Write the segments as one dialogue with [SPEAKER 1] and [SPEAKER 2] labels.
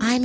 [SPEAKER 1] I'm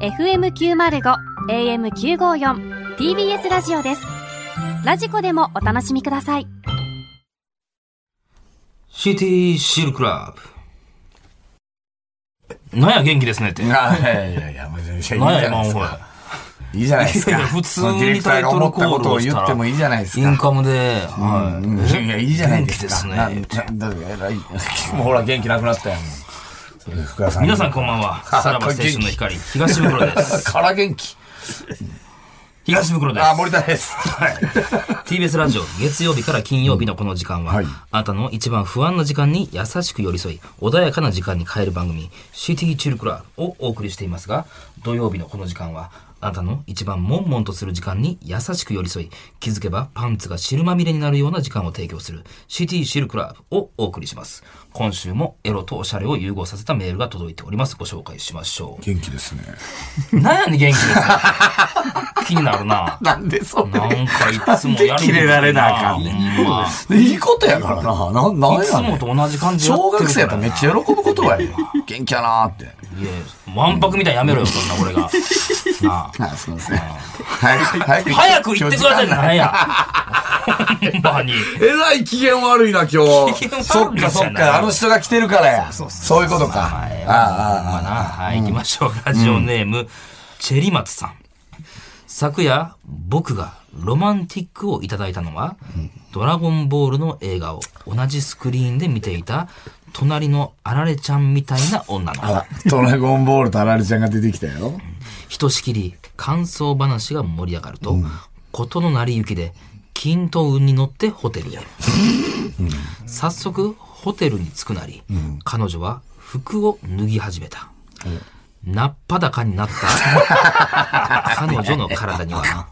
[SPEAKER 2] FM905 AM954 TBS ラジオですラジコでもお楽しみください
[SPEAKER 3] シティシールクラブ。なんや、元気ですねって。
[SPEAKER 4] い
[SPEAKER 3] なん
[SPEAKER 4] やいやいや、別にいいじゃ
[SPEAKER 3] や、
[SPEAKER 4] な
[SPEAKER 3] マ
[SPEAKER 4] いで
[SPEAKER 3] ン
[SPEAKER 4] す
[SPEAKER 3] ホ
[SPEAKER 4] か。
[SPEAKER 3] ー
[SPEAKER 4] いいじゃないです
[SPEAKER 3] い
[SPEAKER 4] か。
[SPEAKER 3] やいや普通に
[SPEAKER 4] そのディレクターが思ったことを言ってもいいじゃないです
[SPEAKER 3] ル。イン
[SPEAKER 4] か。
[SPEAKER 3] カムで、は
[SPEAKER 4] うんいや、いいじゃないですか。な
[SPEAKER 3] 元気ですね
[SPEAKER 4] なだから偉いもうほら、元気なくなったやん。福田さん。
[SPEAKER 3] 皆さんこんばんは。さらば青春の光、東袋 です。
[SPEAKER 4] から元気。
[SPEAKER 3] 東袋です。
[SPEAKER 4] あ、森田です。
[SPEAKER 3] TBS ラジオ、月曜日から金曜日のこの時間は、
[SPEAKER 4] はい
[SPEAKER 3] あなたの一番不安な時間に優しく寄り添い、穏やかな時間に変える番組、シティチルクラブをお送りしていますが、土曜日のこの時間は、あなたの一番悶々とする時間に優しく寄り添い、気づけばパンツが汁まみれになるような時間を提供する、シティシルクラブをお送りします。今週もエロとおしゃれを融合させたメールが届いております。ご紹介しましょ
[SPEAKER 4] 元気ですね。
[SPEAKER 3] う。なんやねん、元気ですか気になるな。
[SPEAKER 4] なんでそんな。
[SPEAKER 3] なんかいつもやる
[SPEAKER 4] 切れられなあかんね
[SPEAKER 3] ほんま
[SPEAKER 4] ん。いいことやからな。な、なん
[SPEAKER 3] いつ
[SPEAKER 4] やね
[SPEAKER 3] も
[SPEAKER 4] ん。
[SPEAKER 3] と同じ感じや
[SPEAKER 4] 小
[SPEAKER 3] ってる
[SPEAKER 4] 学生やっ
[SPEAKER 3] か
[SPEAKER 4] た
[SPEAKER 3] ら
[SPEAKER 4] ら
[SPEAKER 3] ね
[SPEAKER 4] めっちゃ喜ぶ言葉やねん。元気やなーって。
[SPEAKER 3] いやわんぱくみたいにやめろよそんな俺 がなあ
[SPEAKER 4] あ、すみません。早く、早く。
[SPEAKER 3] 早く行ってください
[SPEAKER 4] 今日時間
[SPEAKER 3] な
[SPEAKER 4] ない
[SPEAKER 3] んやほんまに
[SPEAKER 4] えらい機嫌悪いな、今
[SPEAKER 3] 機
[SPEAKER 4] 日
[SPEAKER 3] 嫌悪い。
[SPEAKER 4] そっかそっか、あの人が来てるからや。そういうことか。
[SPEAKER 3] まあええわほんま
[SPEAKER 4] ああ、ああ、
[SPEAKER 3] なはい行きましょうラジオネームチェリマツさん昨夜僕がロマンティックをいただいたのは「ドラゴンボール」の映画を同じスクリーンで見ていた隣のあられちゃんみたいな女の子
[SPEAKER 4] あら、ドラゴンボールとあられちゃんが出てきたよ。
[SPEAKER 3] ひとしきり感想話が盛り上がると、事の成り行きで均等運に乗ってホテルへ、早速ホテルに着くなり、彼女は服を脱ぎ始めた、なっぱだかになった彼女の体には、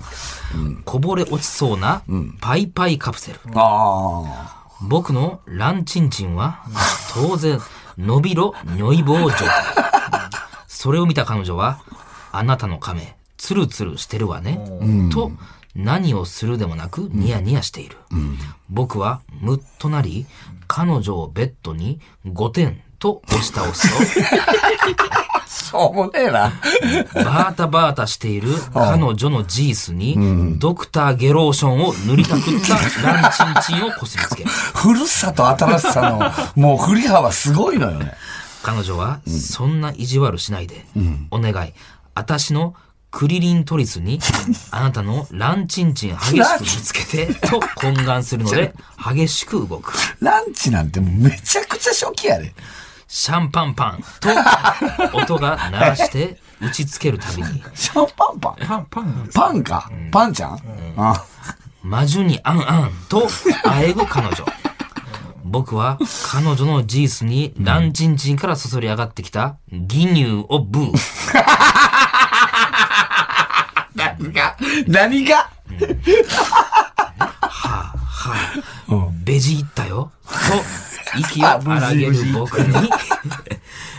[SPEAKER 3] こぼれ落ちそうなパイパイカプセル、
[SPEAKER 4] あ
[SPEAKER 3] 僕のランチンチンは、当然、伸びろ、如意棒状態。それを見た彼女は、あなたの亀、ツルツルしてるわね。と、何をするでもなく、ニヤニヤしている。僕は、むっとなり、彼女をベッドに、5点と押し倒すと、
[SPEAKER 4] あ。しょうもねえな。
[SPEAKER 3] バータバータしている彼女のジースに、ドクターゲローションを塗りたくったランチンチンをこすりつける。
[SPEAKER 4] 古さと新しさの、もう振り幅すごいのよね。
[SPEAKER 3] 彼女は、そんな意地悪しないで、お願い、私のクリリントリスに、あなたのランチンチン激しくぶつけて、と懇願するので、激しく動く。
[SPEAKER 4] ランチなんてもうめちゃくちゃ初期やで。
[SPEAKER 3] シャンパンパン、と、音が鳴らして、打ちつけるたびに、
[SPEAKER 4] シャンパンパンパンパンかパンちゃんあ
[SPEAKER 3] 魔女にあんあんと、あえぐ彼女。僕は彼女のジースにランチンチンからそそり上がってきた義乳をブー。
[SPEAKER 4] 何が何が
[SPEAKER 3] ベジ行ったよ。と、息を荒げる僕に、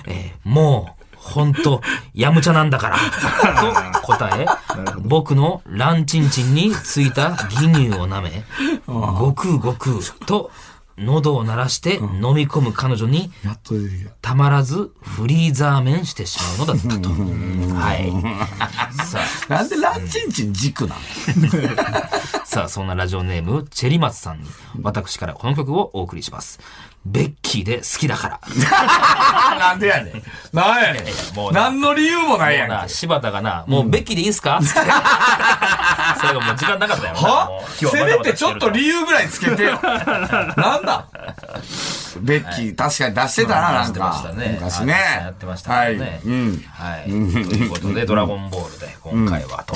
[SPEAKER 3] えーもう、ほんと、やむちゃなんだから。と答え、僕のランチンチンについた義乳を舐め、ごくごくと、喉を鳴らして飲み込む彼女に、たまらずフリーザーメンしてしまうのだったと。はい。さあ、
[SPEAKER 4] なんでランチンチン軸なの
[SPEAKER 3] さあ、そんなラジオネーム、チェリマツさんに、私からこの曲をお送りします。ベッキーで好きだから。
[SPEAKER 4] なんでやねん。なんやねん。
[SPEAKER 3] もうな
[SPEAKER 4] 何の理由もないやん
[SPEAKER 3] もう
[SPEAKER 4] け
[SPEAKER 3] な、。柴田がな、もうベッキーでいいっす か、それがもう時間なかったよな。もう
[SPEAKER 4] は
[SPEAKER 3] 今日
[SPEAKER 4] せ
[SPEAKER 3] バタ
[SPEAKER 4] め
[SPEAKER 3] バ
[SPEAKER 4] て
[SPEAKER 3] タ
[SPEAKER 4] ち
[SPEAKER 3] し
[SPEAKER 4] ょ
[SPEAKER 3] る
[SPEAKER 4] っ
[SPEAKER 3] か
[SPEAKER 4] と
[SPEAKER 3] ら
[SPEAKER 4] 理由ぐらいつけ てよ。なんだベッキー、確かに出してたな、
[SPEAKER 3] 出
[SPEAKER 4] な
[SPEAKER 3] し
[SPEAKER 4] ん
[SPEAKER 3] てま
[SPEAKER 4] か
[SPEAKER 3] した。ね。
[SPEAKER 4] 昔
[SPEAKER 3] あ
[SPEAKER 4] ね。
[SPEAKER 3] やってましたね。
[SPEAKER 4] はい。うん。
[SPEAKER 3] はい。ということで、ドラゴンボールで、今回はと。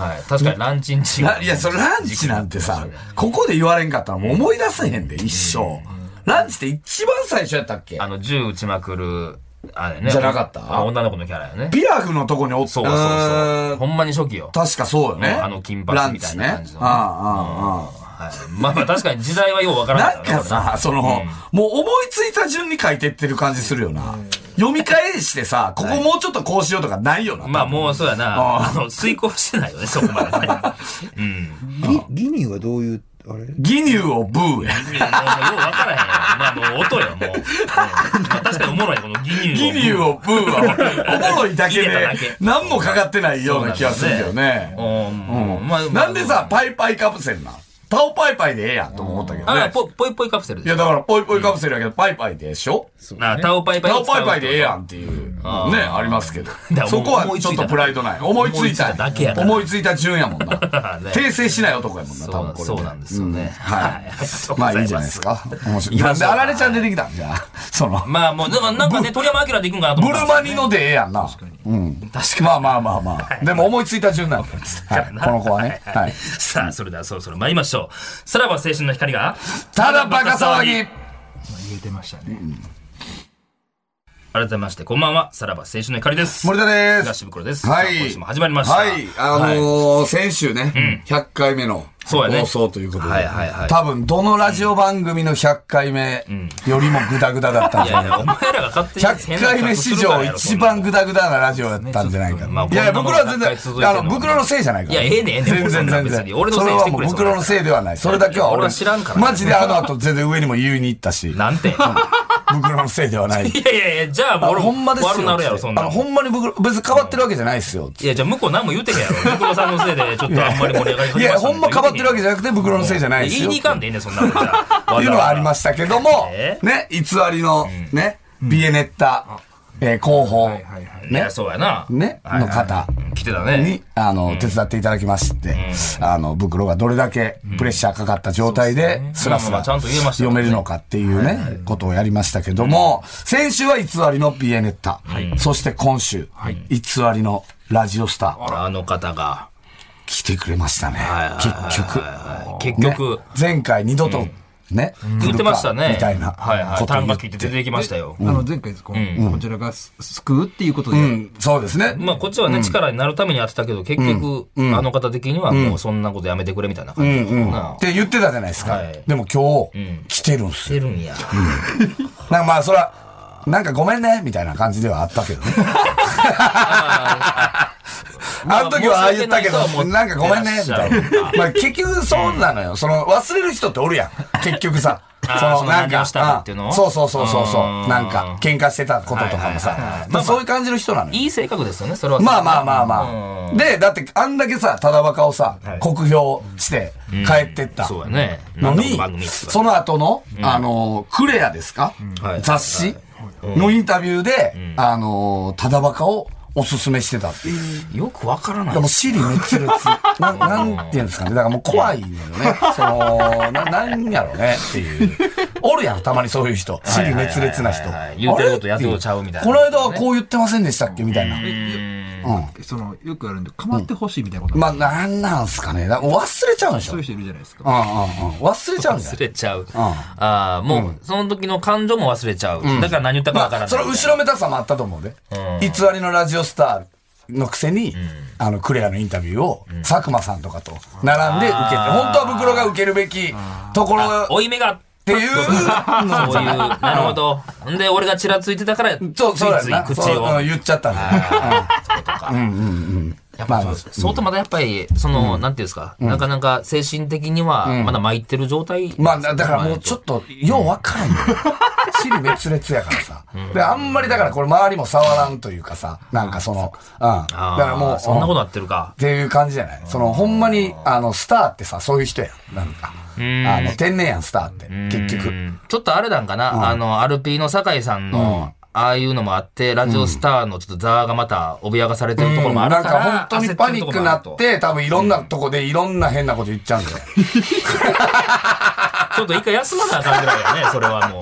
[SPEAKER 3] はい。確かにランチンチン。
[SPEAKER 4] ないや、それランチなんてさ、ここで言われんかったらもう思い出せへんで、一生。ランチって一番最初やったっけ
[SPEAKER 3] あの、銃撃ちまくるあれね。
[SPEAKER 4] じゃなかった
[SPEAKER 3] あ、女の子のキャラよね。
[SPEAKER 4] ピラフのとこにおった。
[SPEAKER 3] そうそうそう。ほ
[SPEAKER 4] ん
[SPEAKER 3] んまに初期よ。
[SPEAKER 4] 確かそうよね。
[SPEAKER 3] あの金髪みたいな感じのね
[SPEAKER 4] ランチね。ああ、ああ、ああ。
[SPEAKER 3] はい、まあまあ確かに時代はようわからな
[SPEAKER 4] ないんかさ、その、もう思いついた順に書いてってる感じするよな。読み返してさ、ここもうちょっとこうしようとかないよな。
[SPEAKER 3] まあもうそうやな。
[SPEAKER 4] あ
[SPEAKER 3] あの、遂行してないよね、そこま でね。うん。
[SPEAKER 5] ギギニューはどういう、あれ
[SPEAKER 4] ギニューをブーへ。
[SPEAKER 3] いやもうようわからへんよ。まあもう音よ、もう。うんまあ確かにおもろい、このギニューを。
[SPEAKER 4] ギニューをブーは、おもろいだけ
[SPEAKER 3] 入れ
[SPEAKER 4] で
[SPEAKER 3] ただけ、
[SPEAKER 4] 何もかかってないような気がするけどね。
[SPEAKER 3] うん。うん。まあ、まあ
[SPEAKER 4] なんでさ、パイパイカプセルなんタオパイパイでええやんとも思ったけど
[SPEAKER 3] あ、
[SPEAKER 4] ね。
[SPEAKER 3] ぽ、ぽいぽいカプセル
[SPEAKER 4] い
[SPEAKER 3] で
[SPEAKER 4] や、
[SPEAKER 3] す。
[SPEAKER 4] だから、ポイポイカプセルやけど、パイパイでしょ
[SPEAKER 3] あ、タオパイパイ。
[SPEAKER 4] タオパイパイでええやんっていう、ね、
[SPEAKER 3] あー
[SPEAKER 4] ありますけど
[SPEAKER 3] から。
[SPEAKER 4] そこはちょっとプライドない。思いつい
[SPEAKER 3] 思いついただけや
[SPEAKER 4] た。
[SPEAKER 3] から
[SPEAKER 4] 思いついた順やもんな
[SPEAKER 3] ね。
[SPEAKER 4] 訂正しない男やもんな、多
[SPEAKER 3] そ
[SPEAKER 4] 分
[SPEAKER 3] う
[SPEAKER 4] これ。
[SPEAKER 3] そうなんですよね。
[SPEAKER 4] はい
[SPEAKER 3] ありがとうご
[SPEAKER 4] まあ
[SPEAKER 3] ざ
[SPEAKER 4] いいじゃないですか。面白い。なんであられちゃん出てきたんじゃあ。その、
[SPEAKER 3] まあもう、なんかなんかね、鳥山明で行くんかなと
[SPEAKER 4] ブ
[SPEAKER 3] 思っ
[SPEAKER 4] ル
[SPEAKER 3] た。
[SPEAKER 4] マニのでええやんな。うん。
[SPEAKER 3] 確かに。
[SPEAKER 4] まあまあまあまあ。でも思いついた順なんです。はい。この子はね。はい。
[SPEAKER 3] さあ、それではそろそろ参りましょう。さらば青春の光が、
[SPEAKER 4] ただバカ騒ぎ
[SPEAKER 3] 言えてましたね。改めまして、こんばんは。さらば青春の光です。
[SPEAKER 4] 森田で
[SPEAKER 3] 東
[SPEAKER 4] す。
[SPEAKER 3] 袋です。
[SPEAKER 4] はい
[SPEAKER 3] さあ今週も始まりました。
[SPEAKER 4] はい。あ
[SPEAKER 3] はい
[SPEAKER 4] のー、先週ね、100回目の
[SPEAKER 3] そう
[SPEAKER 4] 放
[SPEAKER 3] やね
[SPEAKER 4] 送ということで
[SPEAKER 3] はいはいはい、
[SPEAKER 4] 多分どのラジオ番組の100回目よりもグダグダだったん
[SPEAKER 3] い
[SPEAKER 4] じ
[SPEAKER 3] や
[SPEAKER 4] ゃ
[SPEAKER 3] い
[SPEAKER 4] ない
[SPEAKER 3] や、お前らが勝手に変
[SPEAKER 4] 100
[SPEAKER 3] な
[SPEAKER 4] 回
[SPEAKER 3] 企画
[SPEAKER 4] 目
[SPEAKER 3] す
[SPEAKER 4] 史
[SPEAKER 3] るから
[SPEAKER 4] 上
[SPEAKER 3] やろ
[SPEAKER 4] 一番グダグダなラジオやったんじゃないか
[SPEAKER 3] まあ
[SPEAKER 4] な。いやいや、
[SPEAKER 3] こんなもん
[SPEAKER 4] 僕らは全
[SPEAKER 3] 100回続いて
[SPEAKER 4] 然、
[SPEAKER 3] ん
[SPEAKER 4] あ
[SPEAKER 3] の
[SPEAKER 4] の、袋のせいじゃないから。
[SPEAKER 3] いやええねんええねん
[SPEAKER 4] 全然全
[SPEAKER 3] 別に
[SPEAKER 4] 然。
[SPEAKER 3] 俺のせいに
[SPEAKER 4] それ
[SPEAKER 3] し
[SPEAKER 4] は
[SPEAKER 3] て
[SPEAKER 4] も
[SPEAKER 3] く
[SPEAKER 4] う
[SPEAKER 3] れ
[SPEAKER 4] 袋のせいではない。それだけは
[SPEAKER 3] 俺
[SPEAKER 4] 俺
[SPEAKER 3] は知らんから
[SPEAKER 4] マジであの後全然上にも言いに行ったし、
[SPEAKER 3] なんて。
[SPEAKER 4] 袋のせいではない。
[SPEAKER 3] いやいやいや、じゃ
[SPEAKER 4] あ
[SPEAKER 3] あ、俺、
[SPEAKER 4] ほんまですよ。
[SPEAKER 3] 悪なるやろ、そんな
[SPEAKER 4] あ
[SPEAKER 3] の
[SPEAKER 4] の、ほんまに僕、別にかばってるわけじゃないですよ。
[SPEAKER 3] いや、じゃあ、向こう何も言うてへんやろ。ブクロさんのせいで、ちょっとあんまり盛り上がりか
[SPEAKER 4] い
[SPEAKER 3] けま
[SPEAKER 4] や、
[SPEAKER 3] した
[SPEAKER 4] ほんまかばってるわけじゃなくて、袋のせいじゃないです
[SPEAKER 3] 言い
[SPEAKER 4] よ。
[SPEAKER 3] に行かんでいいね、そんなの じゃあ。
[SPEAKER 4] っていうのはありま
[SPEAKER 3] し
[SPEAKER 4] したけども、
[SPEAKER 3] え
[SPEAKER 4] ね、偽りの、ね、ビエネッタ、えー広報、
[SPEAKER 3] い
[SPEAKER 4] ね
[SPEAKER 3] や、、そうやな。
[SPEAKER 4] ね、
[SPEAKER 3] はい
[SPEAKER 4] の方
[SPEAKER 3] 来てたね
[SPEAKER 4] に。、あの、手伝っていただきまして、あの、袋がどれだけプレッシャーかかった状態で、スラス
[SPEAKER 3] まあまあ
[SPEAKER 4] ラ
[SPEAKER 3] ちゃんと言えましたよ
[SPEAKER 4] 読めるのかっていうね、ことをやりましたけども、先週は偽りのビエネッタ、そして今週、偽りのラジオスター、
[SPEAKER 3] あの方が。
[SPEAKER 4] 来てくれましたね
[SPEAKER 3] はいはい、
[SPEAKER 4] 結局。
[SPEAKER 3] はい結
[SPEAKER 4] ね
[SPEAKER 3] 局、
[SPEAKER 4] 前回二度と、ね、
[SPEAKER 3] 言ってました
[SPEAKER 4] 来る
[SPEAKER 3] ね。
[SPEAKER 4] かみたいな
[SPEAKER 3] はいはい。
[SPEAKER 4] ことを
[SPEAKER 3] 単
[SPEAKER 4] 言
[SPEAKER 3] 価
[SPEAKER 4] っ
[SPEAKER 3] 聞
[SPEAKER 4] て
[SPEAKER 3] いて出てきましたよ
[SPEAKER 5] あ。の、前回、このこちらがす救うっていうことで、
[SPEAKER 4] うん、そうですね。
[SPEAKER 3] まあ、こっちはね、力になるためにやってたけど、結局、あの方的には、もうそんなことやめてくれみたいな感じだったな
[SPEAKER 4] っ。て言ってたじゃないですか。
[SPEAKER 3] はい
[SPEAKER 4] でも今日、来てるんす
[SPEAKER 3] して
[SPEAKER 4] よ。
[SPEAKER 3] るんや。
[SPEAKER 4] なんかまあ、そら、なんかごめんね、みたいな感じではあったけど ね。あの時はああ言ったけど
[SPEAKER 3] まあ申し、訳なと
[SPEAKER 4] ないん
[SPEAKER 3] は
[SPEAKER 4] かご
[SPEAKER 3] 思っ
[SPEAKER 4] め
[SPEAKER 3] てら
[SPEAKER 4] んね
[SPEAKER 3] っ、
[SPEAKER 4] み
[SPEAKER 3] しゃ
[SPEAKER 4] た
[SPEAKER 3] る
[SPEAKER 4] いな。まあ結局そうなのよ。その忘れる人っておるやん。結局 さ。
[SPEAKER 3] ーその何をしたかっていうの
[SPEAKER 4] うんそうそうそうそうそう
[SPEAKER 3] うーん。
[SPEAKER 4] なんか、喧嘩してたことと
[SPEAKER 3] は
[SPEAKER 4] かも
[SPEAKER 3] いはいはいはい
[SPEAKER 4] さ。まあそういう感じの人なのよ。
[SPEAKER 3] いい性格ですよね、それは。
[SPEAKER 4] まあまあまあまあ。で、だってあんだけさ、ただバカをさ
[SPEAKER 3] はい、
[SPEAKER 4] 酷評して帰ってった。
[SPEAKER 3] そうやね。
[SPEAKER 4] の
[SPEAKER 3] なん
[SPEAKER 4] に
[SPEAKER 3] かの番組、とか
[SPEAKER 4] その後の、あの、クレアですか
[SPEAKER 3] はい
[SPEAKER 4] 雑誌のインタビューで、あの、ただバカをおすすめしてたっていう。
[SPEAKER 3] よくわからない
[SPEAKER 4] で。も、尻滅裂。な、なんていうんですかね。だからもう怖いのよね。その、な、なんやろねっていう。おるやん、たまにそういう人。尻滅裂な人
[SPEAKER 3] はいはいはいはい。言うてることやってることちゃうみたいな
[SPEAKER 4] あれってうこの間はこう言ってませんでしたっけみたいな。
[SPEAKER 5] その、よくあるんで、かまってほしいみたいなこと、
[SPEAKER 4] まあ、なんなんすかね。だから忘れちゃうんでしょ。
[SPEAKER 5] そううんいう
[SPEAKER 4] うん
[SPEAKER 5] 人いるじゃないですか。
[SPEAKER 4] うん。忘れちゃうんだよ
[SPEAKER 3] 忘。れちゃう。ああ、もう、その時の感情も忘れちゃう。だから何言ったかわからな
[SPEAKER 4] まあ、
[SPEAKER 3] い。
[SPEAKER 4] その後ろめたさもあったと思うで。偽りのラジオスターのくせに、あの、クレアのインタビューを、佐久間さんとかと並んで受けて、本当は袋が受けるべきところ
[SPEAKER 3] 追い目があっ
[SPEAKER 4] っ ていうの
[SPEAKER 3] そういう、なるほ ど。んで、俺がちらついてたから、ついつ
[SPEAKER 4] そう、そうやん
[SPEAKER 3] い
[SPEAKER 4] な。
[SPEAKER 3] 口
[SPEAKER 4] そう
[SPEAKER 3] を
[SPEAKER 4] うん。言っちゃったんだ
[SPEAKER 3] やっ
[SPEAKER 4] まあ
[SPEAKER 3] ぱ
[SPEAKER 4] まあ
[SPEAKER 3] そう相当まだやっぱり、その、なんていうんですか、なかなか精神的には、まだ参ってる状態。
[SPEAKER 4] まあ、だからもうちょっと、ようわからんよ。尻滅裂やからさ。で、あんまりだからこれ周りも触らんというかさ、なんかその、うん。だ
[SPEAKER 3] ああ
[SPEAKER 4] からもう、
[SPEAKER 3] そんなこと
[SPEAKER 4] う
[SPEAKER 3] な
[SPEAKER 4] ん
[SPEAKER 3] ってるか
[SPEAKER 4] っ。ていう感じじゃないその、ほんまに、あの、スターってさ、そういう人やん。なんか。あの、天然やん、スターって。結
[SPEAKER 3] う
[SPEAKER 4] 局。
[SPEAKER 3] んちょっとあれなんかな、あの、アルピーの酒井さんの、ああいうのもあって、ラジオスターのちょっとザーがまた脅かされてるところもあるか、
[SPEAKER 4] なんから本当にパニックになって、多分いろんなとこでいろんな変なこと言っちゃうんだよ。
[SPEAKER 3] ちょっと一回休まなあかんぐらいやね、それはもう。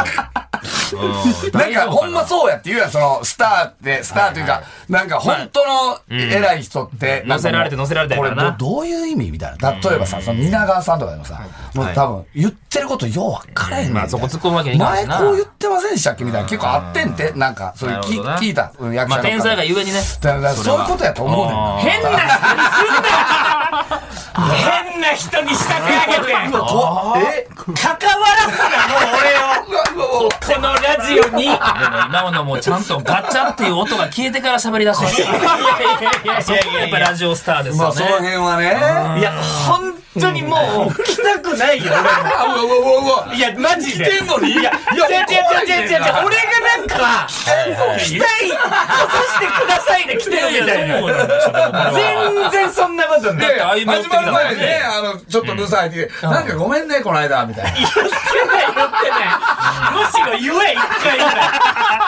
[SPEAKER 4] なんか、ほんまそうやって言うやん、その、スターって、スターというか、なんか、本当の偉い人って。
[SPEAKER 3] 乗せられて乗せられてや
[SPEAKER 4] こ
[SPEAKER 3] か
[SPEAKER 4] れ
[SPEAKER 3] ら
[SPEAKER 4] ど
[SPEAKER 3] な、。
[SPEAKER 4] どういう意味みたいな。例えばさ、その、蜷川さんとかでもさ、もう多分、言ってることようわからへんねん。
[SPEAKER 3] まあそこ突っ込むわけにいかんし
[SPEAKER 4] 前
[SPEAKER 3] な
[SPEAKER 4] こう言ってませんでしたっけみたいな。結構あってんて、なんか、そういう
[SPEAKER 3] なるほ
[SPEAKER 4] 聞
[SPEAKER 3] どな
[SPEAKER 4] 聞いた、うん役
[SPEAKER 3] ま
[SPEAKER 4] 者
[SPEAKER 3] あ
[SPEAKER 4] の方
[SPEAKER 3] 天才がゆえにね。
[SPEAKER 4] だからそういうことやと思うねんな。
[SPEAKER 6] 変な人にすんな変な人に仕立て上げて
[SPEAKER 4] うわ、怖っえ
[SPEAKER 6] 関わらすなもう
[SPEAKER 4] う
[SPEAKER 6] 俺を
[SPEAKER 4] わうわうわ
[SPEAKER 6] このラジオに
[SPEAKER 3] でも今のもうちゃんとガチャっていう音が消えてから喋り出しましたよ。そこがやっぱラジオスターです
[SPEAKER 4] ま
[SPEAKER 3] よ
[SPEAKER 4] あ、その
[SPEAKER 3] ね。
[SPEAKER 4] 辺はね。
[SPEAKER 6] いや本当にもう来たくないよ俺も
[SPEAKER 4] あ、うわうわうわうわ。
[SPEAKER 6] いやマジで
[SPEAKER 4] 来てんのに
[SPEAKER 6] いや
[SPEAKER 4] いや
[SPEAKER 6] 違う違う違う違う違う俺がなんか
[SPEAKER 3] はい
[SPEAKER 6] 来たい来させてくださいで来てるみたいな全然そんなことない
[SPEAKER 4] で
[SPEAKER 3] 歩み寄って
[SPEAKER 4] 始
[SPEAKER 3] きた
[SPEAKER 4] ま
[SPEAKER 3] も
[SPEAKER 4] る
[SPEAKER 3] んね
[SPEAKER 4] 前にね、あの、ちょっとルーさん入ってきて、なんかごめんね、この間、みたいな。
[SPEAKER 6] 言ってない言ってないむしろ言え一回ぐらい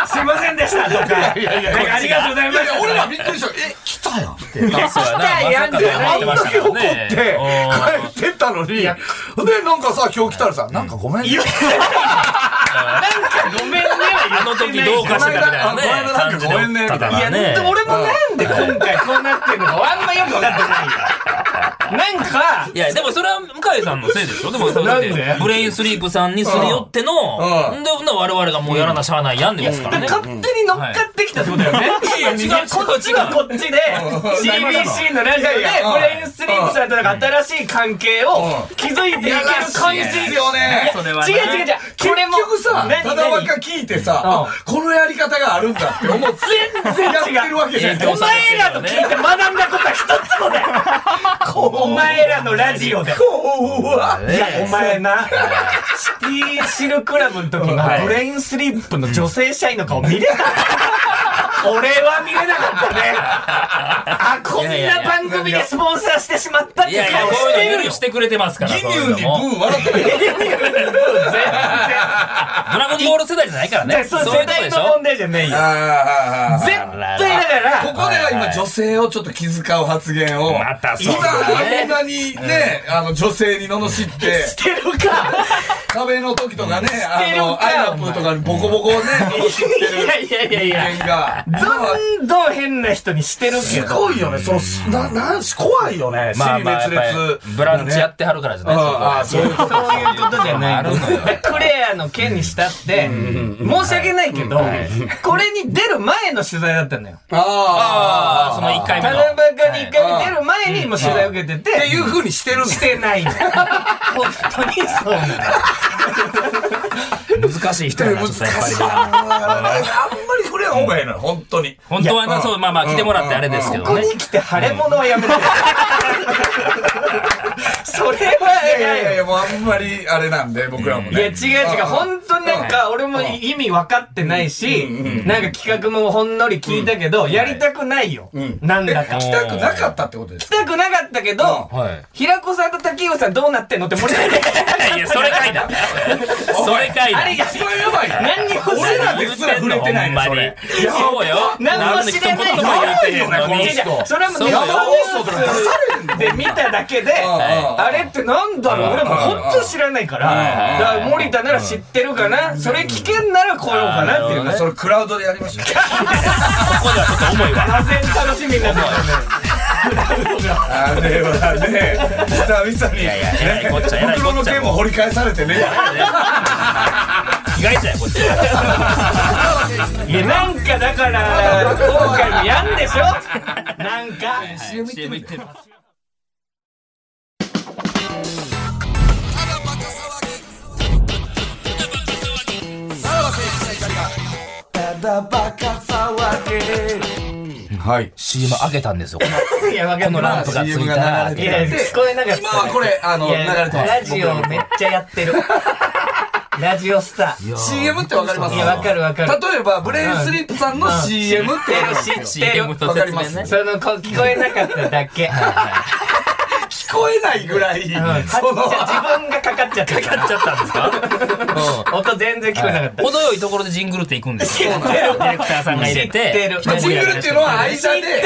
[SPEAKER 6] すいませんでしたとか
[SPEAKER 4] いやいや
[SPEAKER 6] なんかありがとうござい
[SPEAKER 4] い
[SPEAKER 6] ま
[SPEAKER 4] や
[SPEAKER 6] し
[SPEAKER 4] い
[SPEAKER 6] た
[SPEAKER 4] や、俺らびっくりした。え、来たやんって。
[SPEAKER 3] まあそうやな
[SPEAKER 6] 来たやん
[SPEAKER 3] まさかの入ってましたからね
[SPEAKER 4] って帰ってったのに、で、なんかさ、今日来たらさ、なんかごめんね。
[SPEAKER 6] なんかごめんね
[SPEAKER 3] あの時どうかしてたみたいなね。
[SPEAKER 4] あの時どうかしてたみたいなね
[SPEAKER 3] 感じだったか
[SPEAKER 4] あ
[SPEAKER 6] いや
[SPEAKER 3] らね。
[SPEAKER 6] 俺もなんで今回こうなってんのかあんまよく分かってないよなんか
[SPEAKER 3] いや、でもそれは向井さんのせいでしょでも、それだって
[SPEAKER 6] なんで
[SPEAKER 3] ブレインスリープさんにすり寄っての、
[SPEAKER 4] うん
[SPEAKER 3] んで、ほんなら我々がもうやらなしゃあないやんでますからね。
[SPEAKER 6] 勝手に乗っかってきたってことだよね。
[SPEAKER 3] いや違う違う違う
[SPEAKER 6] こっちはこっちで、CBC のラジオで、ブレインスリープさんとなんか新しい関係を築いていける感じ。
[SPEAKER 4] ですよね。
[SPEAKER 6] 違う
[SPEAKER 3] れはね
[SPEAKER 6] 違う違う。これも
[SPEAKER 4] 結局さ、
[SPEAKER 6] 何
[SPEAKER 4] ただ若聞いてさ、あこのやり方があるんだって思って、
[SPEAKER 6] 全然
[SPEAKER 4] やって
[SPEAKER 6] 違
[SPEAKER 4] るわけじゃ
[SPEAKER 6] う。
[SPEAKER 4] ない
[SPEAKER 6] お前らと聞いて学んだことは一つもない。お前らのラジオで。いや、お前な、シティシルクラブの時のブレインスリープの女性社員の顔見れた俺は見れなかったね。 あ、こんな番組でスポンサーしてしまったっ
[SPEAKER 3] い
[SPEAKER 6] て
[SPEAKER 3] やいや、
[SPEAKER 6] 顔
[SPEAKER 3] こ
[SPEAKER 6] し
[SPEAKER 3] ういうの
[SPEAKER 6] てる
[SPEAKER 3] 許
[SPEAKER 6] よ
[SPEAKER 3] し。てくれてますから。
[SPEAKER 4] ギニ
[SPEAKER 3] そうい
[SPEAKER 4] ュ
[SPEAKER 3] うの
[SPEAKER 4] ーにブ
[SPEAKER 3] も
[SPEAKER 4] ー笑ってる。
[SPEAKER 6] 全然。
[SPEAKER 3] ドラゴンボール世代じゃないからね。
[SPEAKER 6] そう、
[SPEAKER 3] そうい
[SPEAKER 6] 世
[SPEAKER 3] うこと
[SPEAKER 6] 代
[SPEAKER 3] でし
[SPEAKER 6] の問
[SPEAKER 3] ょ
[SPEAKER 6] 題じゃないよ。
[SPEAKER 4] あ
[SPEAKER 6] 絶対だか
[SPEAKER 4] こ
[SPEAKER 6] ら、
[SPEAKER 4] こでは今女性をちょっと気遣う発言を。
[SPEAKER 3] またそう
[SPEAKER 4] 今あんなにね、あの女性に罵って、
[SPEAKER 6] してるか。
[SPEAKER 4] 壁の時とかね、あ
[SPEAKER 6] てるん
[SPEAKER 4] の、
[SPEAKER 6] か
[SPEAKER 4] アイラップーとかにボコボコをね、罵ってる
[SPEAKER 6] いやいやいやい
[SPEAKER 4] 人間
[SPEAKER 6] や。
[SPEAKER 4] が。今は
[SPEAKER 6] どんどん変な人にしてるけ
[SPEAKER 4] す
[SPEAKER 6] ど。
[SPEAKER 4] ごいよね、その、な、なんし、怖いよね、
[SPEAKER 3] まあまあ、やっぱりブランチやってはるからじゃない
[SPEAKER 4] ああ、そういうこと。
[SPEAKER 6] そういうことじゃないの
[SPEAKER 3] あるのよ
[SPEAKER 6] クレアの件にしたって、申し訳ないけど、これに出る前の取材だったのよ。
[SPEAKER 3] ああ、
[SPEAKER 4] ああ、
[SPEAKER 3] その1回目
[SPEAKER 6] 七
[SPEAKER 3] の。
[SPEAKER 6] 夕に一回出る前にもう取材受けてて、
[SPEAKER 4] っていう風にしてるんだ
[SPEAKER 6] してないの。本当にそうなの。
[SPEAKER 3] 難しい人やな、ちょっとやっぱりな。
[SPEAKER 4] あんまり触れん方がいいのよ、本当に。
[SPEAKER 3] 本当はな、そう、まあまあ来てもらってあれですけど
[SPEAKER 6] ここ
[SPEAKER 3] ね。
[SPEAKER 6] に来て腫れ物はやめて。それはい
[SPEAKER 4] やい
[SPEAKER 6] 偉い
[SPEAKER 4] や
[SPEAKER 6] よ
[SPEAKER 4] いや、もうあんまりあれなんで、僕らも
[SPEAKER 6] いや違
[SPEAKER 4] ね
[SPEAKER 6] う。違う、本当になんか俺も意味分かってないし、なんか企画もほんのり聞いたけど、やりたくないよ。なんだか。
[SPEAKER 4] 来
[SPEAKER 6] 来
[SPEAKER 4] たくなかったってことです。
[SPEAKER 6] たくなかったけど、
[SPEAKER 3] はい。
[SPEAKER 6] 平子さんと竹雄さんどうなってんのって森 田に。
[SPEAKER 3] いや、それかいな。それかいな
[SPEAKER 6] あ。れが
[SPEAKER 4] 一番やばいな。
[SPEAKER 6] 何にも
[SPEAKER 4] 俺らですら触れてないね、それ。
[SPEAKER 3] いや、そうよ。
[SPEAKER 6] 何も知れな
[SPEAKER 3] 何の一言
[SPEAKER 6] い
[SPEAKER 3] も言ってへんの
[SPEAKER 6] い
[SPEAKER 3] に
[SPEAKER 6] やい。やそれはもうネットニュースで見ただけで、
[SPEAKER 4] ん
[SPEAKER 6] あれってなんだろう俺も本当知らないから、だから森田なら知ってるかな、それ聞けんなら来ようかなっていうね。
[SPEAKER 4] それクラウドでやりましょう。
[SPEAKER 3] ここではちょっと重いわ。
[SPEAKER 6] 俄然楽しみになってきたね。
[SPEAKER 4] あれはね、久々に。いやいや、
[SPEAKER 3] えらいこっちゃ、えらいこ
[SPEAKER 4] 袋の
[SPEAKER 3] っちゃ。
[SPEAKER 4] 件も掘り返されてね。
[SPEAKER 3] 被害者や、こっちは。
[SPEAKER 6] いや、なんかだから、今回もやんでしょなんか。
[SPEAKER 4] はい。
[SPEAKER 3] CM 開けたんですよ。この
[SPEAKER 6] いや、わか
[SPEAKER 3] こ
[SPEAKER 6] んな
[SPEAKER 3] のラ
[SPEAKER 6] い。
[SPEAKER 3] ンプがついた。
[SPEAKER 6] いや、聞こえなかった。
[SPEAKER 4] 今はこれ、あの、
[SPEAKER 6] い
[SPEAKER 4] 流
[SPEAKER 6] や
[SPEAKER 4] れてます。
[SPEAKER 6] ラジオめっちゃやってる。ラジオスター。
[SPEAKER 4] CM ってわかります
[SPEAKER 6] いや、わかるわかる。
[SPEAKER 4] 例えば、ブレインスリープさんの CM ってわかりますよ。
[SPEAKER 6] 知ってる
[SPEAKER 3] CM と説明ね。
[SPEAKER 6] その、こ聞こえなかっただけ。
[SPEAKER 4] 聞こえないぐらい、
[SPEAKER 6] うんはっちゃ
[SPEAKER 4] その、
[SPEAKER 6] 自分がかかっちゃった。
[SPEAKER 3] かかっちゃったんですか
[SPEAKER 6] 音全然聞こえなかった。
[SPEAKER 3] 程よいところでジングルっていくんですよ。
[SPEAKER 6] 知
[SPEAKER 3] デ
[SPEAKER 6] ってる
[SPEAKER 3] ィレクターさんが入れ
[SPEAKER 6] 知って
[SPEAKER 3] て
[SPEAKER 6] る。
[SPEAKER 3] 一人
[SPEAKER 4] ジン
[SPEAKER 3] でや
[SPEAKER 4] グ
[SPEAKER 3] る
[SPEAKER 4] ルっていうのは間で、
[SPEAKER 6] 出る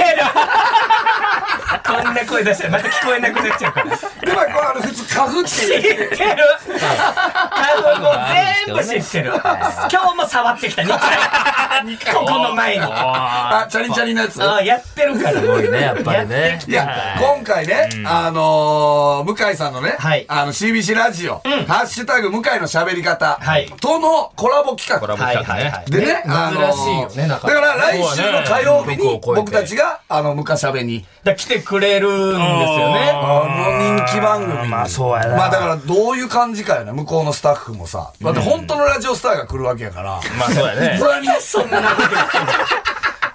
[SPEAKER 6] こんな声出したらまた聞こえなくなっちゃうから。
[SPEAKER 4] 今これあの普通、カフって
[SPEAKER 6] 知っ
[SPEAKER 4] いう。
[SPEAKER 6] てるカ
[SPEAKER 7] もうもう全部知ってる。今日も触ってきた、2回。ここの前に。
[SPEAKER 4] あ、チャリンチャリンのやつ
[SPEAKER 7] あやってるから。す
[SPEAKER 3] ごいね、やっぱりね。
[SPEAKER 4] いや、今回ね、あのー、向井さんのね、
[SPEAKER 7] はい
[SPEAKER 4] あの、CBC ラジオ、ハッシュタグ向井の喋り方、
[SPEAKER 7] はい
[SPEAKER 4] とのコラボ企画。
[SPEAKER 7] はいはいはい。
[SPEAKER 4] でね、あのー
[SPEAKER 6] 珍しいよねな
[SPEAKER 4] だ
[SPEAKER 6] んか
[SPEAKER 4] から来週の火曜
[SPEAKER 3] そうだね
[SPEAKER 4] 日に
[SPEAKER 3] 僕を超えて
[SPEAKER 4] 僕たちが、あの、向かしゃべに。
[SPEAKER 7] だ来てくれるんですよね。
[SPEAKER 4] あの人気番組。
[SPEAKER 3] まあそうやな。
[SPEAKER 4] まあだからどういう感じかよね、向こうのスタッフもさ。だって本当のラジオスターが来るわけやから。
[SPEAKER 3] まあそうやね。
[SPEAKER 4] それに
[SPEAKER 7] そんなこと言ってんの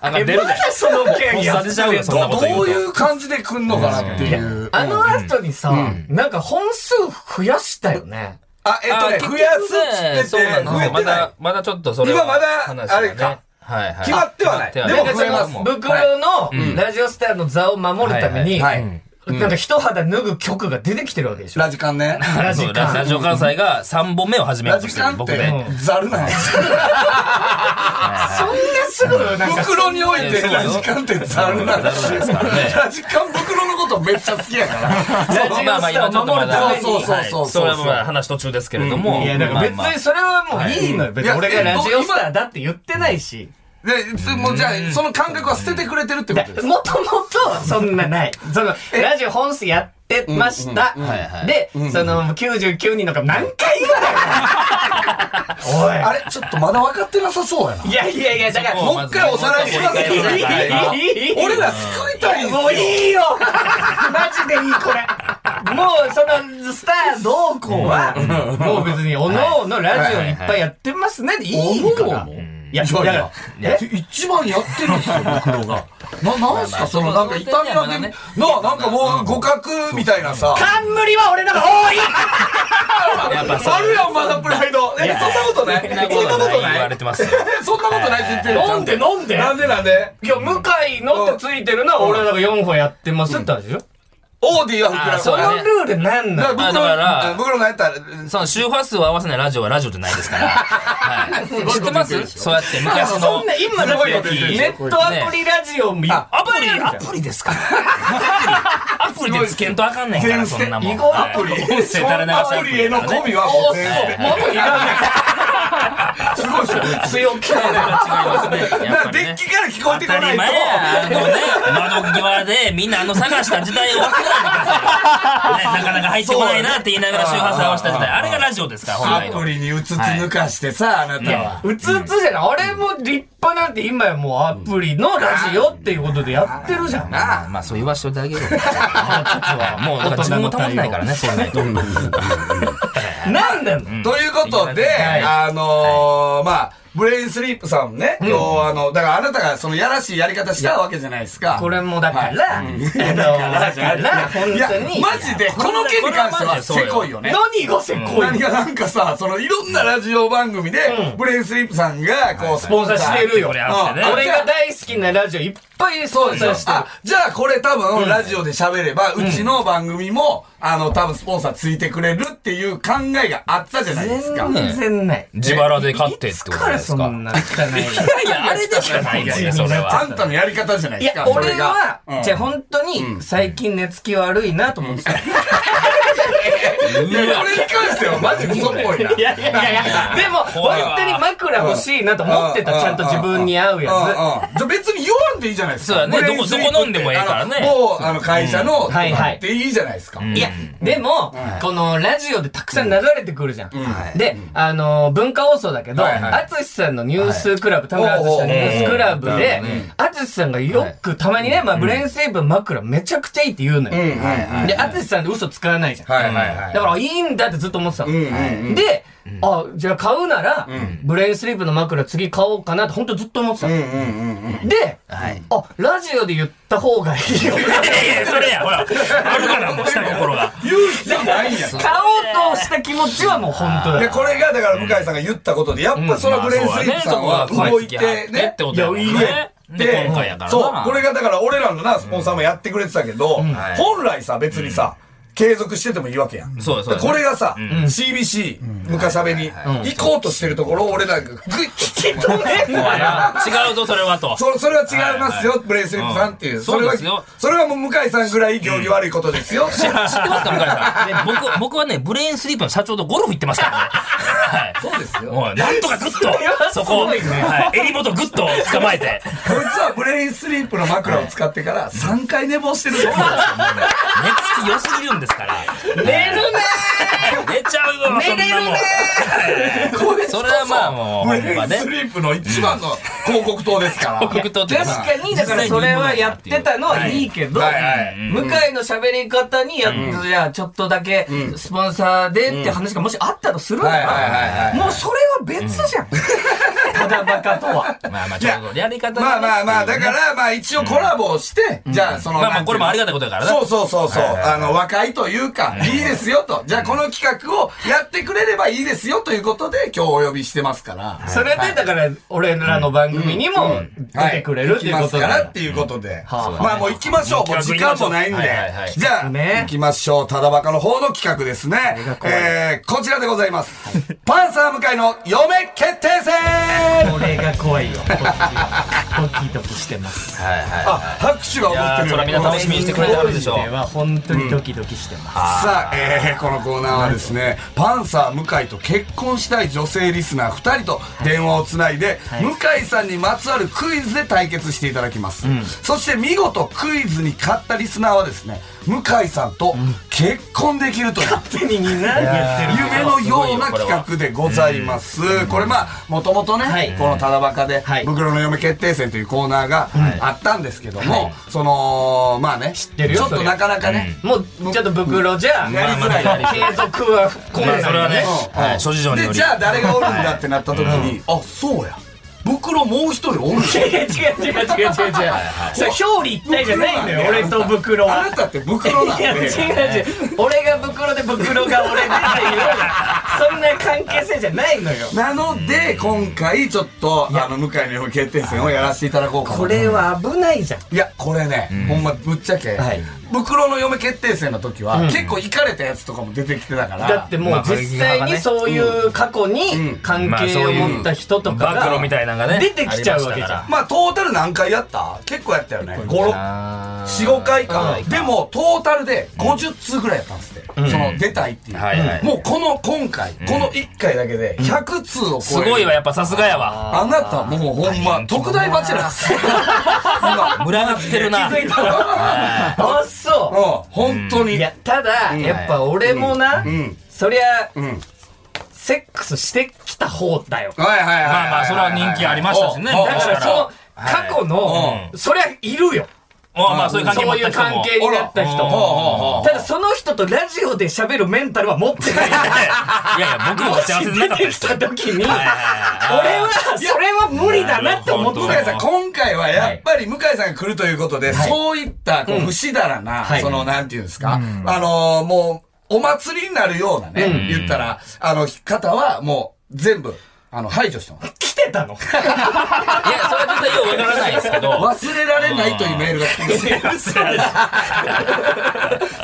[SPEAKER 6] あの、出る
[SPEAKER 7] まだその権
[SPEAKER 6] もう
[SPEAKER 7] 利や
[SPEAKER 6] さ
[SPEAKER 7] っ
[SPEAKER 6] れちゃうよ、そんなこと言
[SPEAKER 4] ど
[SPEAKER 6] うと。
[SPEAKER 4] ういう感じで来んのかなっていう。
[SPEAKER 6] あの後にさ、なんか本数増やしたよね。
[SPEAKER 4] あ、えっとね、増やすっつって
[SPEAKER 6] そうな
[SPEAKER 4] て、
[SPEAKER 6] の
[SPEAKER 4] 増えてな
[SPEAKER 6] ま
[SPEAKER 4] い
[SPEAKER 6] だ。、まだちょっとそれは
[SPEAKER 4] 今まだ
[SPEAKER 6] 話が
[SPEAKER 4] あれか。
[SPEAKER 6] はいはい。
[SPEAKER 4] 決まってはない
[SPEAKER 6] 決まっ
[SPEAKER 4] でも
[SPEAKER 6] てはない
[SPEAKER 4] 増えま
[SPEAKER 6] な
[SPEAKER 4] す
[SPEAKER 6] ん
[SPEAKER 4] もん
[SPEAKER 6] かその、ブクロのラジオスターの座を守るために、
[SPEAKER 4] はい。
[SPEAKER 6] なんか一肌脱ぐ曲が出てきてるわけでしょ。
[SPEAKER 4] ラジカンね。
[SPEAKER 6] ラジ
[SPEAKER 3] そうラ
[SPEAKER 6] カ
[SPEAKER 3] ラジオ関西が3本目を始めよ
[SPEAKER 4] ラ
[SPEAKER 3] うと
[SPEAKER 4] ジ
[SPEAKER 3] して
[SPEAKER 4] カ
[SPEAKER 3] る、
[SPEAKER 4] ンっ
[SPEAKER 3] 僕
[SPEAKER 4] て
[SPEAKER 3] で。、
[SPEAKER 4] ざるなんですよ。
[SPEAKER 6] そんなすぐ、なんか、
[SPEAKER 4] 袋において
[SPEAKER 3] そうよ
[SPEAKER 4] ラジカンってざるなんですよ。
[SPEAKER 3] ざるなんですからね
[SPEAKER 4] ラジカン袋のことめっちゃ好きやから。
[SPEAKER 6] ラジオス
[SPEAKER 3] まあまあ
[SPEAKER 6] タ
[SPEAKER 3] 今ち
[SPEAKER 6] ー
[SPEAKER 3] ょっと
[SPEAKER 6] を守
[SPEAKER 3] ま
[SPEAKER 6] るた
[SPEAKER 3] だ
[SPEAKER 6] め
[SPEAKER 4] そ
[SPEAKER 6] に
[SPEAKER 4] う。そうそうそう。
[SPEAKER 3] それはまあ話途中ですけれども。
[SPEAKER 6] いや、だから別
[SPEAKER 3] まあまあ
[SPEAKER 6] にそれはもういいのよ。別に俺がラジオスターだって言ってないし。
[SPEAKER 4] で、もうじゃあ、その感覚は捨ててくれてるってことです。
[SPEAKER 6] もともとそんなない。その、ラジオ本数やってました。で、その、99人のか何回言わないの
[SPEAKER 4] あれちょっとまだ分かってなさそうやな
[SPEAKER 6] おい。。いやいやいや、だから、
[SPEAKER 4] もう一回おさらいしますけど
[SPEAKER 6] いいいいいい
[SPEAKER 4] 俺ら救いたいんですよ
[SPEAKER 6] もういいよマジでいい、これ。もう、その、スター同行は、もう別に、おのおのラジオいっぱいやってますね、でいいから。いや、
[SPEAKER 4] いやいや
[SPEAKER 6] いや、え
[SPEAKER 4] 一番やってるんですよ、袋が。な、なんすか、その、なんか痛み分け、な、なんかもう互角みたいなさ。
[SPEAKER 6] 冠は俺のが多い
[SPEAKER 3] やっぱそう
[SPEAKER 4] あるやん、まだプライド。え、そんなことない
[SPEAKER 3] そんなことない言われてますよ。
[SPEAKER 4] えそんなことないって言ってる。
[SPEAKER 6] 飲んで飲んで
[SPEAKER 4] なんでなんで
[SPEAKER 6] いや、向井のってついてるのは俺らが4本やってますって話でしょ
[SPEAKER 4] オーディは袋
[SPEAKER 6] あそのルールなんな
[SPEAKER 4] だ
[SPEAKER 6] の
[SPEAKER 4] か
[SPEAKER 3] あだか
[SPEAKER 4] ら
[SPEAKER 3] ら
[SPEAKER 4] 袋、袋のやったら、
[SPEAKER 3] その周波数を合わせないラジオはラジオじゃないですから。はい、知ってますそうやって昔の。
[SPEAKER 6] そんな、今だってネットアプリラジオもいっぱ
[SPEAKER 3] アプ
[SPEAKER 6] い
[SPEAKER 3] リ、
[SPEAKER 6] あるじゃん
[SPEAKER 3] アプリですから。アプリ、アプリでつけんとあかんね んから、そんなもん。
[SPEAKER 4] アプリ
[SPEAKER 3] 音 声垂れ流し
[SPEAKER 4] アプリへの込みはもう全然
[SPEAKER 6] もっといらない。
[SPEAKER 4] すごいっすよね。
[SPEAKER 6] 強気
[SPEAKER 3] 違いますね。や
[SPEAKER 4] だ
[SPEAKER 3] っ
[SPEAKER 4] か
[SPEAKER 3] ぱり
[SPEAKER 4] らデッ
[SPEAKER 3] ね。
[SPEAKER 4] キから聞こえて
[SPEAKER 3] 当た
[SPEAKER 4] こな
[SPEAKER 3] り
[SPEAKER 4] いと
[SPEAKER 3] 前。や。あのね、窓際でみんなあの探した時代を忘れないでください。ねなかなか入ってこないなって言いながら周波数合わせた時代。あれがラジオですから、本来
[SPEAKER 4] ア
[SPEAKER 3] の
[SPEAKER 4] プ。リにうつつ抜かしてさ、あなたは。
[SPEAKER 6] うつうつじゃない。あれも立派なんて今やもうアプリのラジオっていうことでやってるじゃん。
[SPEAKER 3] まあまあ、そう言わしといてあ げるよ。もう、だから自分も保てないからね、そうないと。
[SPEAKER 6] なんだよ。
[SPEAKER 4] ということで、
[SPEAKER 6] はい
[SPEAKER 4] あのーまあ、ブレインスリープさんもね、今日あの、だからあなたがそのやらしいやり方したわけじゃないですか。
[SPEAKER 6] これもだから、あのだから、本
[SPEAKER 4] いや、
[SPEAKER 6] 当に。
[SPEAKER 4] マジで、この件に関しては、せこいよね。
[SPEAKER 6] 何がせっこい
[SPEAKER 4] 何がなんかさ、そのいろんなラジオ番組で、ブレインスリープさんが、こう、スポンサー
[SPEAKER 6] してるよ。
[SPEAKER 3] これあってね。
[SPEAKER 6] 俺が大好きなラジオいっぱいそう
[SPEAKER 4] そう
[SPEAKER 6] して
[SPEAKER 4] あ
[SPEAKER 6] る。、
[SPEAKER 4] じゃあこれ多分、ラジオで喋れば、うちの番組も、あの、多分スポンサーついてくれるっていう考えがあったじゃないですか。
[SPEAKER 6] 全然ない。
[SPEAKER 3] 自腹で買ってってこと
[SPEAKER 6] から
[SPEAKER 3] です
[SPEAKER 6] そ
[SPEAKER 3] か。
[SPEAKER 6] んな汚い。
[SPEAKER 3] いや、あれでしかないですよ、それ
[SPEAKER 4] あ
[SPEAKER 3] は。
[SPEAKER 4] んたのやり方じゃない
[SPEAKER 6] い
[SPEAKER 4] です
[SPEAKER 6] や
[SPEAKER 4] か。、そ
[SPEAKER 6] 俺
[SPEAKER 4] れが
[SPEAKER 6] は
[SPEAKER 4] うん、
[SPEAKER 6] じゃあ本当に最近寝つき悪いなと思ってた。い
[SPEAKER 4] いや、これに関してはマジ嘘っぽいな。
[SPEAKER 6] やいやいや、でも
[SPEAKER 3] 怖いわ
[SPEAKER 6] 本当に枕欲しいなと思って
[SPEAKER 4] う
[SPEAKER 6] た。
[SPEAKER 4] ん
[SPEAKER 6] ちゃんと自分に合うや
[SPEAKER 4] うんうんじゃあ別に言わんでいいじゃないですか。
[SPEAKER 3] そうだね
[SPEAKER 4] ブレインスリープって
[SPEAKER 3] どこどこ飲んでもええからね
[SPEAKER 4] あのもう、あの、会社の、
[SPEAKER 6] んはいはい
[SPEAKER 4] っていいじゃないですか。
[SPEAKER 6] つ。いや、でも、このラジオでたくさん流れてくるじゃん。で、あの、文化放送だけど、
[SPEAKER 4] はいはい
[SPEAKER 6] あつしさんのニュースクラブ、田村あつしさんのニュースクラブで、あつしさんがよく、たまにね、まあ、ブレインセーブ枕めちゃくちゃいいって言うのよ。
[SPEAKER 4] はいはい。
[SPEAKER 6] で、あつしさんって嘘使わないじゃん。
[SPEAKER 4] はいはいはい。
[SPEAKER 6] だから、いいんだってずっと思ってたの。
[SPEAKER 4] うんうんうん
[SPEAKER 6] で、あ、じゃあ買うなら、ブレインスリープの枕次買おうかなって本当ずっと思ってたの。で、あ、ラジオで言った方がいいよ。
[SPEAKER 3] いやいや、それや、ほら。あるから、もう下心が。
[SPEAKER 4] 言う必要ないんや。
[SPEAKER 6] 買おうとした気持ちはもう本当だ。
[SPEAKER 4] で、
[SPEAKER 6] い
[SPEAKER 4] これが、だから、向井さんが言ったことで、やっぱそのブレインスリープさんは動いてね
[SPEAKER 3] っ。てことやもんね。で、今回やから
[SPEAKER 4] そう、これがだから俺らのな、スポンサーもやってくれてたけど、
[SPEAKER 3] はい
[SPEAKER 4] 本来さ、別にさ、継続しててもいいわけやん。
[SPEAKER 3] そうだそうだ
[SPEAKER 4] これがさ、CBC、昔阿部に、行こうとしてるところを俺らがグイッと。
[SPEAKER 3] 違うぞ、それはと。
[SPEAKER 4] そそれは違いますよ、ブレイスリップさんっていう。
[SPEAKER 3] うん
[SPEAKER 4] それ
[SPEAKER 3] そ
[SPEAKER 4] は
[SPEAKER 3] うですよ、
[SPEAKER 4] それはもう向井さんぐらい行儀悪いことですよ。
[SPEAKER 3] 知知ってますか、向井さん。僕、僕はね、ブレインスリープの社長とゴルフ行ってますからね。はい。そうですよ。もう、なんとかグッと、そこ、はい。襟元グッと捕まえて。
[SPEAKER 4] こいつはブレインスリープの枕を使ってから3回寝坊してるぞ。
[SPEAKER 3] 寝つき良すぎるんですから。寝るねー寝ちゃうよ、そんなもん。
[SPEAKER 4] こいつこ
[SPEAKER 3] それはまあもう、
[SPEAKER 4] ブ
[SPEAKER 3] ほん
[SPEAKER 4] レイ
[SPEAKER 3] ま
[SPEAKER 4] ン
[SPEAKER 3] ね
[SPEAKER 4] ス。リープの一番の広告塔ですから。
[SPEAKER 3] 確
[SPEAKER 6] 確かに、だからそれはやってたのはいいけど、
[SPEAKER 4] はいはい
[SPEAKER 6] 向井の喋り方に、やっとじゃあちょっとだけ、スポンサーでって話がもしあったとするな
[SPEAKER 4] はいはいはいは
[SPEAKER 6] ら
[SPEAKER 4] い、
[SPEAKER 6] もうそれは別じゃん。ただバカとは。
[SPEAKER 3] まあまあ、ちょっとやり方がね
[SPEAKER 4] まあまあまあ、だから、まあ一応コラボをして、じゃあその、
[SPEAKER 3] まあま
[SPEAKER 4] な
[SPEAKER 3] あ、
[SPEAKER 4] んて
[SPEAKER 3] こ
[SPEAKER 4] いう
[SPEAKER 3] れ
[SPEAKER 4] の
[SPEAKER 3] もありがたいことだからな。
[SPEAKER 4] そうそうそうそう、あの、和解というか、いいですよと。じゃあこの企画をやってくれればいいですよということで、今日お呼びしてますから。
[SPEAKER 6] それで、だから、俺らの番組にも出てくれるっていう
[SPEAKER 4] は
[SPEAKER 6] こ
[SPEAKER 4] 行きます
[SPEAKER 6] と
[SPEAKER 4] から
[SPEAKER 6] だよ
[SPEAKER 4] っていうことで。まあもう行きましょう。もう時間もないんで
[SPEAKER 3] はいはいはい。
[SPEAKER 4] じゃあ、
[SPEAKER 6] ね
[SPEAKER 4] 行きましょう。ただバカの方の企画ですね。えー、こちらでございます。パンサー向井の嫁決定戦
[SPEAKER 6] 俺が怖いよ。こっちはドキドキしてます。
[SPEAKER 3] はいはい。
[SPEAKER 4] あ、拍手が
[SPEAKER 3] い
[SPEAKER 4] 起こ
[SPEAKER 3] や
[SPEAKER 4] って
[SPEAKER 3] ー
[SPEAKER 4] る。
[SPEAKER 3] それはみんな楽しみにしてくれてあるでしょう。
[SPEAKER 6] 俺は本当にドキドキしてます。
[SPEAKER 4] さあ、えーこのコーナーはですね、パンサー向井と結婚したい女性リスナー2人と電話をつないで、向井さんにまつわるクイズで対決していただきます、そして見事クイズに勝ったリスナーはですね向井さんと結婚できるという、
[SPEAKER 6] 手に何やって
[SPEAKER 4] 夢
[SPEAKER 6] る
[SPEAKER 4] のような企画でございます。これまあ、もともとね、
[SPEAKER 6] はい
[SPEAKER 4] このただバカで、
[SPEAKER 6] はい
[SPEAKER 4] 袋の嫁決定戦というコーナーがあったんですけども、その、まあね、知
[SPEAKER 6] ってるよ
[SPEAKER 4] ちょっとなかなかね、
[SPEAKER 6] もう、ちょっと袋じゃ、
[SPEAKER 4] やりづらい。
[SPEAKER 6] 継続は困
[SPEAKER 3] まあ、それ
[SPEAKER 6] 難
[SPEAKER 3] は
[SPEAKER 6] だ
[SPEAKER 3] ね
[SPEAKER 6] ね。、
[SPEAKER 3] はい、諸事情によ
[SPEAKER 4] で
[SPEAKER 3] り。
[SPEAKER 4] じゃあ誰がおるんだってなった時に、あそうや袋もう一人おる
[SPEAKER 6] 違う違う違う違う違う違う。それ表裏一体じゃないんだよ、俺と袋
[SPEAKER 4] あ
[SPEAKER 6] は
[SPEAKER 4] な。たって袋なん
[SPEAKER 6] いや違う違
[SPEAKER 4] で
[SPEAKER 6] う。俺が袋で袋が俺でっていうような、そんな関係性じゃないのよ。
[SPEAKER 4] なので今回ちょっとあの向井の嫁決定戦をやらせていただこうかな
[SPEAKER 6] これは危ないじゃん。
[SPEAKER 4] いやこれね、ほんまぶっちゃけ、
[SPEAKER 6] はい
[SPEAKER 4] 袋の嫁決定戦の時は、結構イかれたやつとかも出てきてたから
[SPEAKER 6] だってもう実際にそういう過去に関係を持った人とか
[SPEAKER 3] 暴露み
[SPEAKER 6] が
[SPEAKER 3] たいなのがね。
[SPEAKER 6] 出てきちゃうわけじゃ
[SPEAKER 3] あ
[SPEAKER 6] ん。
[SPEAKER 4] まあトータル何回やった結構やったよね45回かでもトータルで50通ぐらいやったんですって、その出たいっていう、
[SPEAKER 3] はいはい
[SPEAKER 4] もうこの今回、この1回だけで100通を超える
[SPEAKER 3] りましたから。すごいわ、やっぱさすがやわ。
[SPEAKER 4] あなたもうほんま特大バチェラーっす今
[SPEAKER 3] 群がってるな。
[SPEAKER 6] 気づいたのあ、そう。
[SPEAKER 4] うん本当に
[SPEAKER 6] いや、ただ、やっぱ俺もな、
[SPEAKER 4] ん
[SPEAKER 6] そりゃ、
[SPEAKER 4] ん
[SPEAKER 6] セックスしてきた方だよ。だ
[SPEAKER 4] はいはいはい
[SPEAKER 3] まあまあ、それは人気ありましたしね。
[SPEAKER 4] おうおう
[SPEAKER 3] 昔
[SPEAKER 6] からその、過去の、
[SPEAKER 3] は
[SPEAKER 6] そりゃいるよ。
[SPEAKER 3] おうまあ、そういう関係持
[SPEAKER 6] そ
[SPEAKER 3] っ
[SPEAKER 6] うい
[SPEAKER 3] た
[SPEAKER 6] う
[SPEAKER 3] 人
[SPEAKER 6] 関
[SPEAKER 3] も。
[SPEAKER 6] 係になった人
[SPEAKER 4] ほうほうほう
[SPEAKER 6] ただその人とラジオで喋るメンタルは持ってない。
[SPEAKER 3] いやいや、僕も
[SPEAKER 6] もし
[SPEAKER 3] 幸せになかった
[SPEAKER 6] 出て
[SPEAKER 3] で
[SPEAKER 6] き
[SPEAKER 3] す。
[SPEAKER 6] た時 に、俺
[SPEAKER 3] はいはいはい
[SPEAKER 6] は、それは無理だなって思って
[SPEAKER 4] 向井
[SPEAKER 6] た
[SPEAKER 4] さん今回はやっぱり向井さんが来るということで、そういったこう不死だらな、
[SPEAKER 6] はい
[SPEAKER 4] そのなんていうんですか、あのーもうお祭りになるようなね、言ったらあの方はもう全部あの排除してます
[SPEAKER 6] 来てたの。
[SPEAKER 3] いや、それは絶対ようわからないですけど。
[SPEAKER 4] 忘れられないというメールが来てます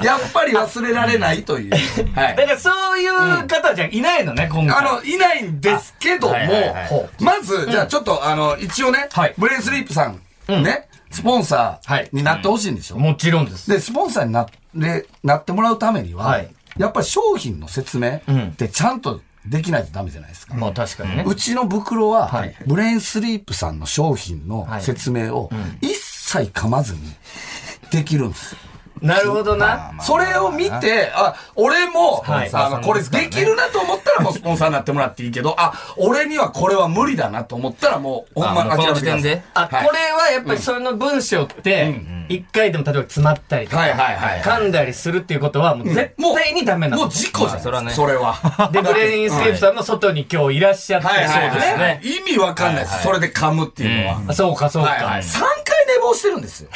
[SPEAKER 4] やっぱり忘れられないという。は
[SPEAKER 6] だか
[SPEAKER 4] い。
[SPEAKER 6] らそういう方じゃいないのね、今回。
[SPEAKER 4] あの、いないんですけども、
[SPEAKER 3] はいはいはい
[SPEAKER 4] ほうまず、じゃあちょっと、あの、一応ね、
[SPEAKER 6] はい
[SPEAKER 4] ブレイスリープさん、ね、スポンサーになってほしいんでしょ、
[SPEAKER 6] もちろんです。
[SPEAKER 4] で、スポンサーになれなってもらうためには、
[SPEAKER 6] はい
[SPEAKER 4] やっぱり商品の説明ってちゃんとできないとダメじゃないですか。
[SPEAKER 6] まあ確かにね。
[SPEAKER 4] うちの袋は、
[SPEAKER 6] はい
[SPEAKER 4] ブレインスリープさんの商品の説明を一切噛まずにできるんです。
[SPEAKER 6] なるほどな。
[SPEAKER 4] それを見て、あ、俺も、
[SPEAKER 6] はい
[SPEAKER 4] あの、これできるなと思ったらもうスポンサーになってもらっていいけど、あ、俺にはこれは無理だなと思ったらもう、ほんま
[SPEAKER 3] あもうこ
[SPEAKER 4] 諦
[SPEAKER 3] の
[SPEAKER 4] め
[SPEAKER 3] 時
[SPEAKER 4] てくだ
[SPEAKER 3] 点
[SPEAKER 4] さい
[SPEAKER 3] で。
[SPEAKER 6] あ、これはやっぱりその文章って、一回でも例えば詰まったりと
[SPEAKER 4] はいはい
[SPEAKER 6] か、
[SPEAKER 4] はいは
[SPEAKER 6] 噛んだりするっていうことは、もう絶対にダメ
[SPEAKER 4] い。
[SPEAKER 6] な
[SPEAKER 4] も
[SPEAKER 6] の
[SPEAKER 4] う。事故じゃん。
[SPEAKER 3] そ
[SPEAKER 4] そ
[SPEAKER 3] れ
[SPEAKER 4] れ
[SPEAKER 3] は
[SPEAKER 4] は
[SPEAKER 3] ね
[SPEAKER 6] で、ブレインスリープさんの外に今日いらっしゃって、
[SPEAKER 4] はいはい
[SPEAKER 3] そうですね
[SPEAKER 4] はい意味わかんないです。それで噛むっていうのは。
[SPEAKER 6] あそうかそう
[SPEAKER 4] はいは
[SPEAKER 6] か
[SPEAKER 4] い。。3回寝坊してるんですよ。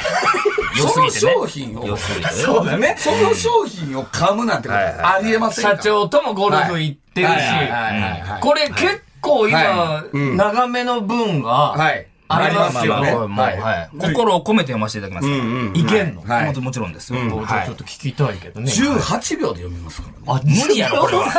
[SPEAKER 3] 良す
[SPEAKER 4] そ
[SPEAKER 3] ぎてね。
[SPEAKER 4] の商品を
[SPEAKER 3] 良、すぎてね。
[SPEAKER 6] そうだね。
[SPEAKER 4] その商品を噛むなんてことありえませんか
[SPEAKER 6] 社
[SPEAKER 4] ら
[SPEAKER 6] 長ともゴルフ行ってるし
[SPEAKER 4] はいはいはいはいはい、
[SPEAKER 6] これ結構今
[SPEAKER 4] はいう、ん
[SPEAKER 6] 長めの文が、
[SPEAKER 4] はい。ありますよね
[SPEAKER 6] はいはい
[SPEAKER 4] は
[SPEAKER 6] はい。
[SPEAKER 3] 心を込めて読ませていただきます。
[SPEAKER 4] うんうん
[SPEAKER 3] いけんの、
[SPEAKER 4] はい
[SPEAKER 3] もちもちろんですよ。
[SPEAKER 6] もうちょ
[SPEAKER 3] は
[SPEAKER 6] ちょっ
[SPEAKER 3] い。
[SPEAKER 6] と聞きたいけどね。
[SPEAKER 4] 18秒で読みますからね
[SPEAKER 6] あ、無理やろ、これは。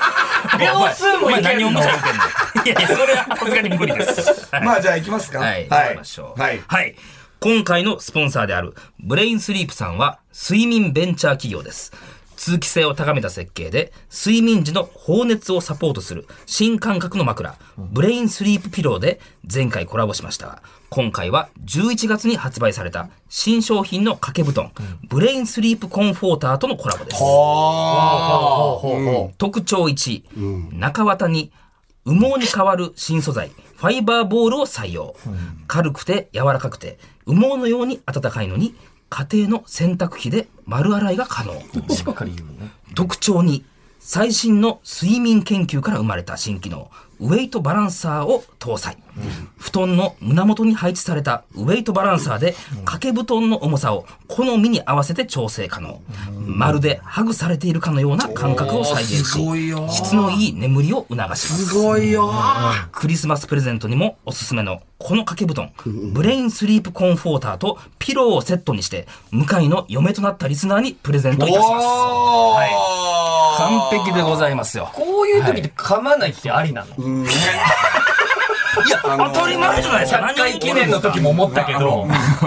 [SPEAKER 6] 秒数
[SPEAKER 3] お
[SPEAKER 6] も
[SPEAKER 3] 前
[SPEAKER 6] いける
[SPEAKER 3] 何を
[SPEAKER 6] の
[SPEAKER 3] 無茶言ってんの いやいや、それはさすがに無理です。はい
[SPEAKER 4] まあじゃあ行きますか
[SPEAKER 3] はい。
[SPEAKER 4] は
[SPEAKER 3] はいい。ましょう。
[SPEAKER 4] は
[SPEAKER 3] はいい。今回のスポンサーである、ブレインスリープさんは、睡眠ベンチャー企業です。通気性を高めた設計で、睡眠時の放熱をサポートする新感覚の枕、ブレインスリープピローで前回コラボしましたが、今回は11月に発売された新商品の掛け布団、ブレインスリープコンフォーターとのコラボです。
[SPEAKER 4] あ
[SPEAKER 3] 特徴1、中綿に羽毛に代わる新素材、ファイバーボールを採用。軽くて柔らかくて、羽毛のように暖かいのに、家庭の洗濯機で丸洗いが可能。特徴2、最新の睡眠研究から生まれた新機能、ウェイトバランサーを搭載。布団の胸元に配置されたウェイトバランサーで、掛け布団の重さを好みに合わせて調整可能。まるでハグされているかのような感覚を再現し、質のいい眠りを促します。
[SPEAKER 4] すごいよ
[SPEAKER 3] クリスマスプレゼントにもおすすめのこの掛け布団、ブレインスリープコンフォーターとピローをセットにして、向井の嫁となったリスナーにプレゼントいたします。はい。完璧でございますよ。
[SPEAKER 6] こういう時って噛まないってありなの。
[SPEAKER 4] いや
[SPEAKER 3] 当たり前じゃないですか。
[SPEAKER 6] 100回記念の時も思ったけど、うんなん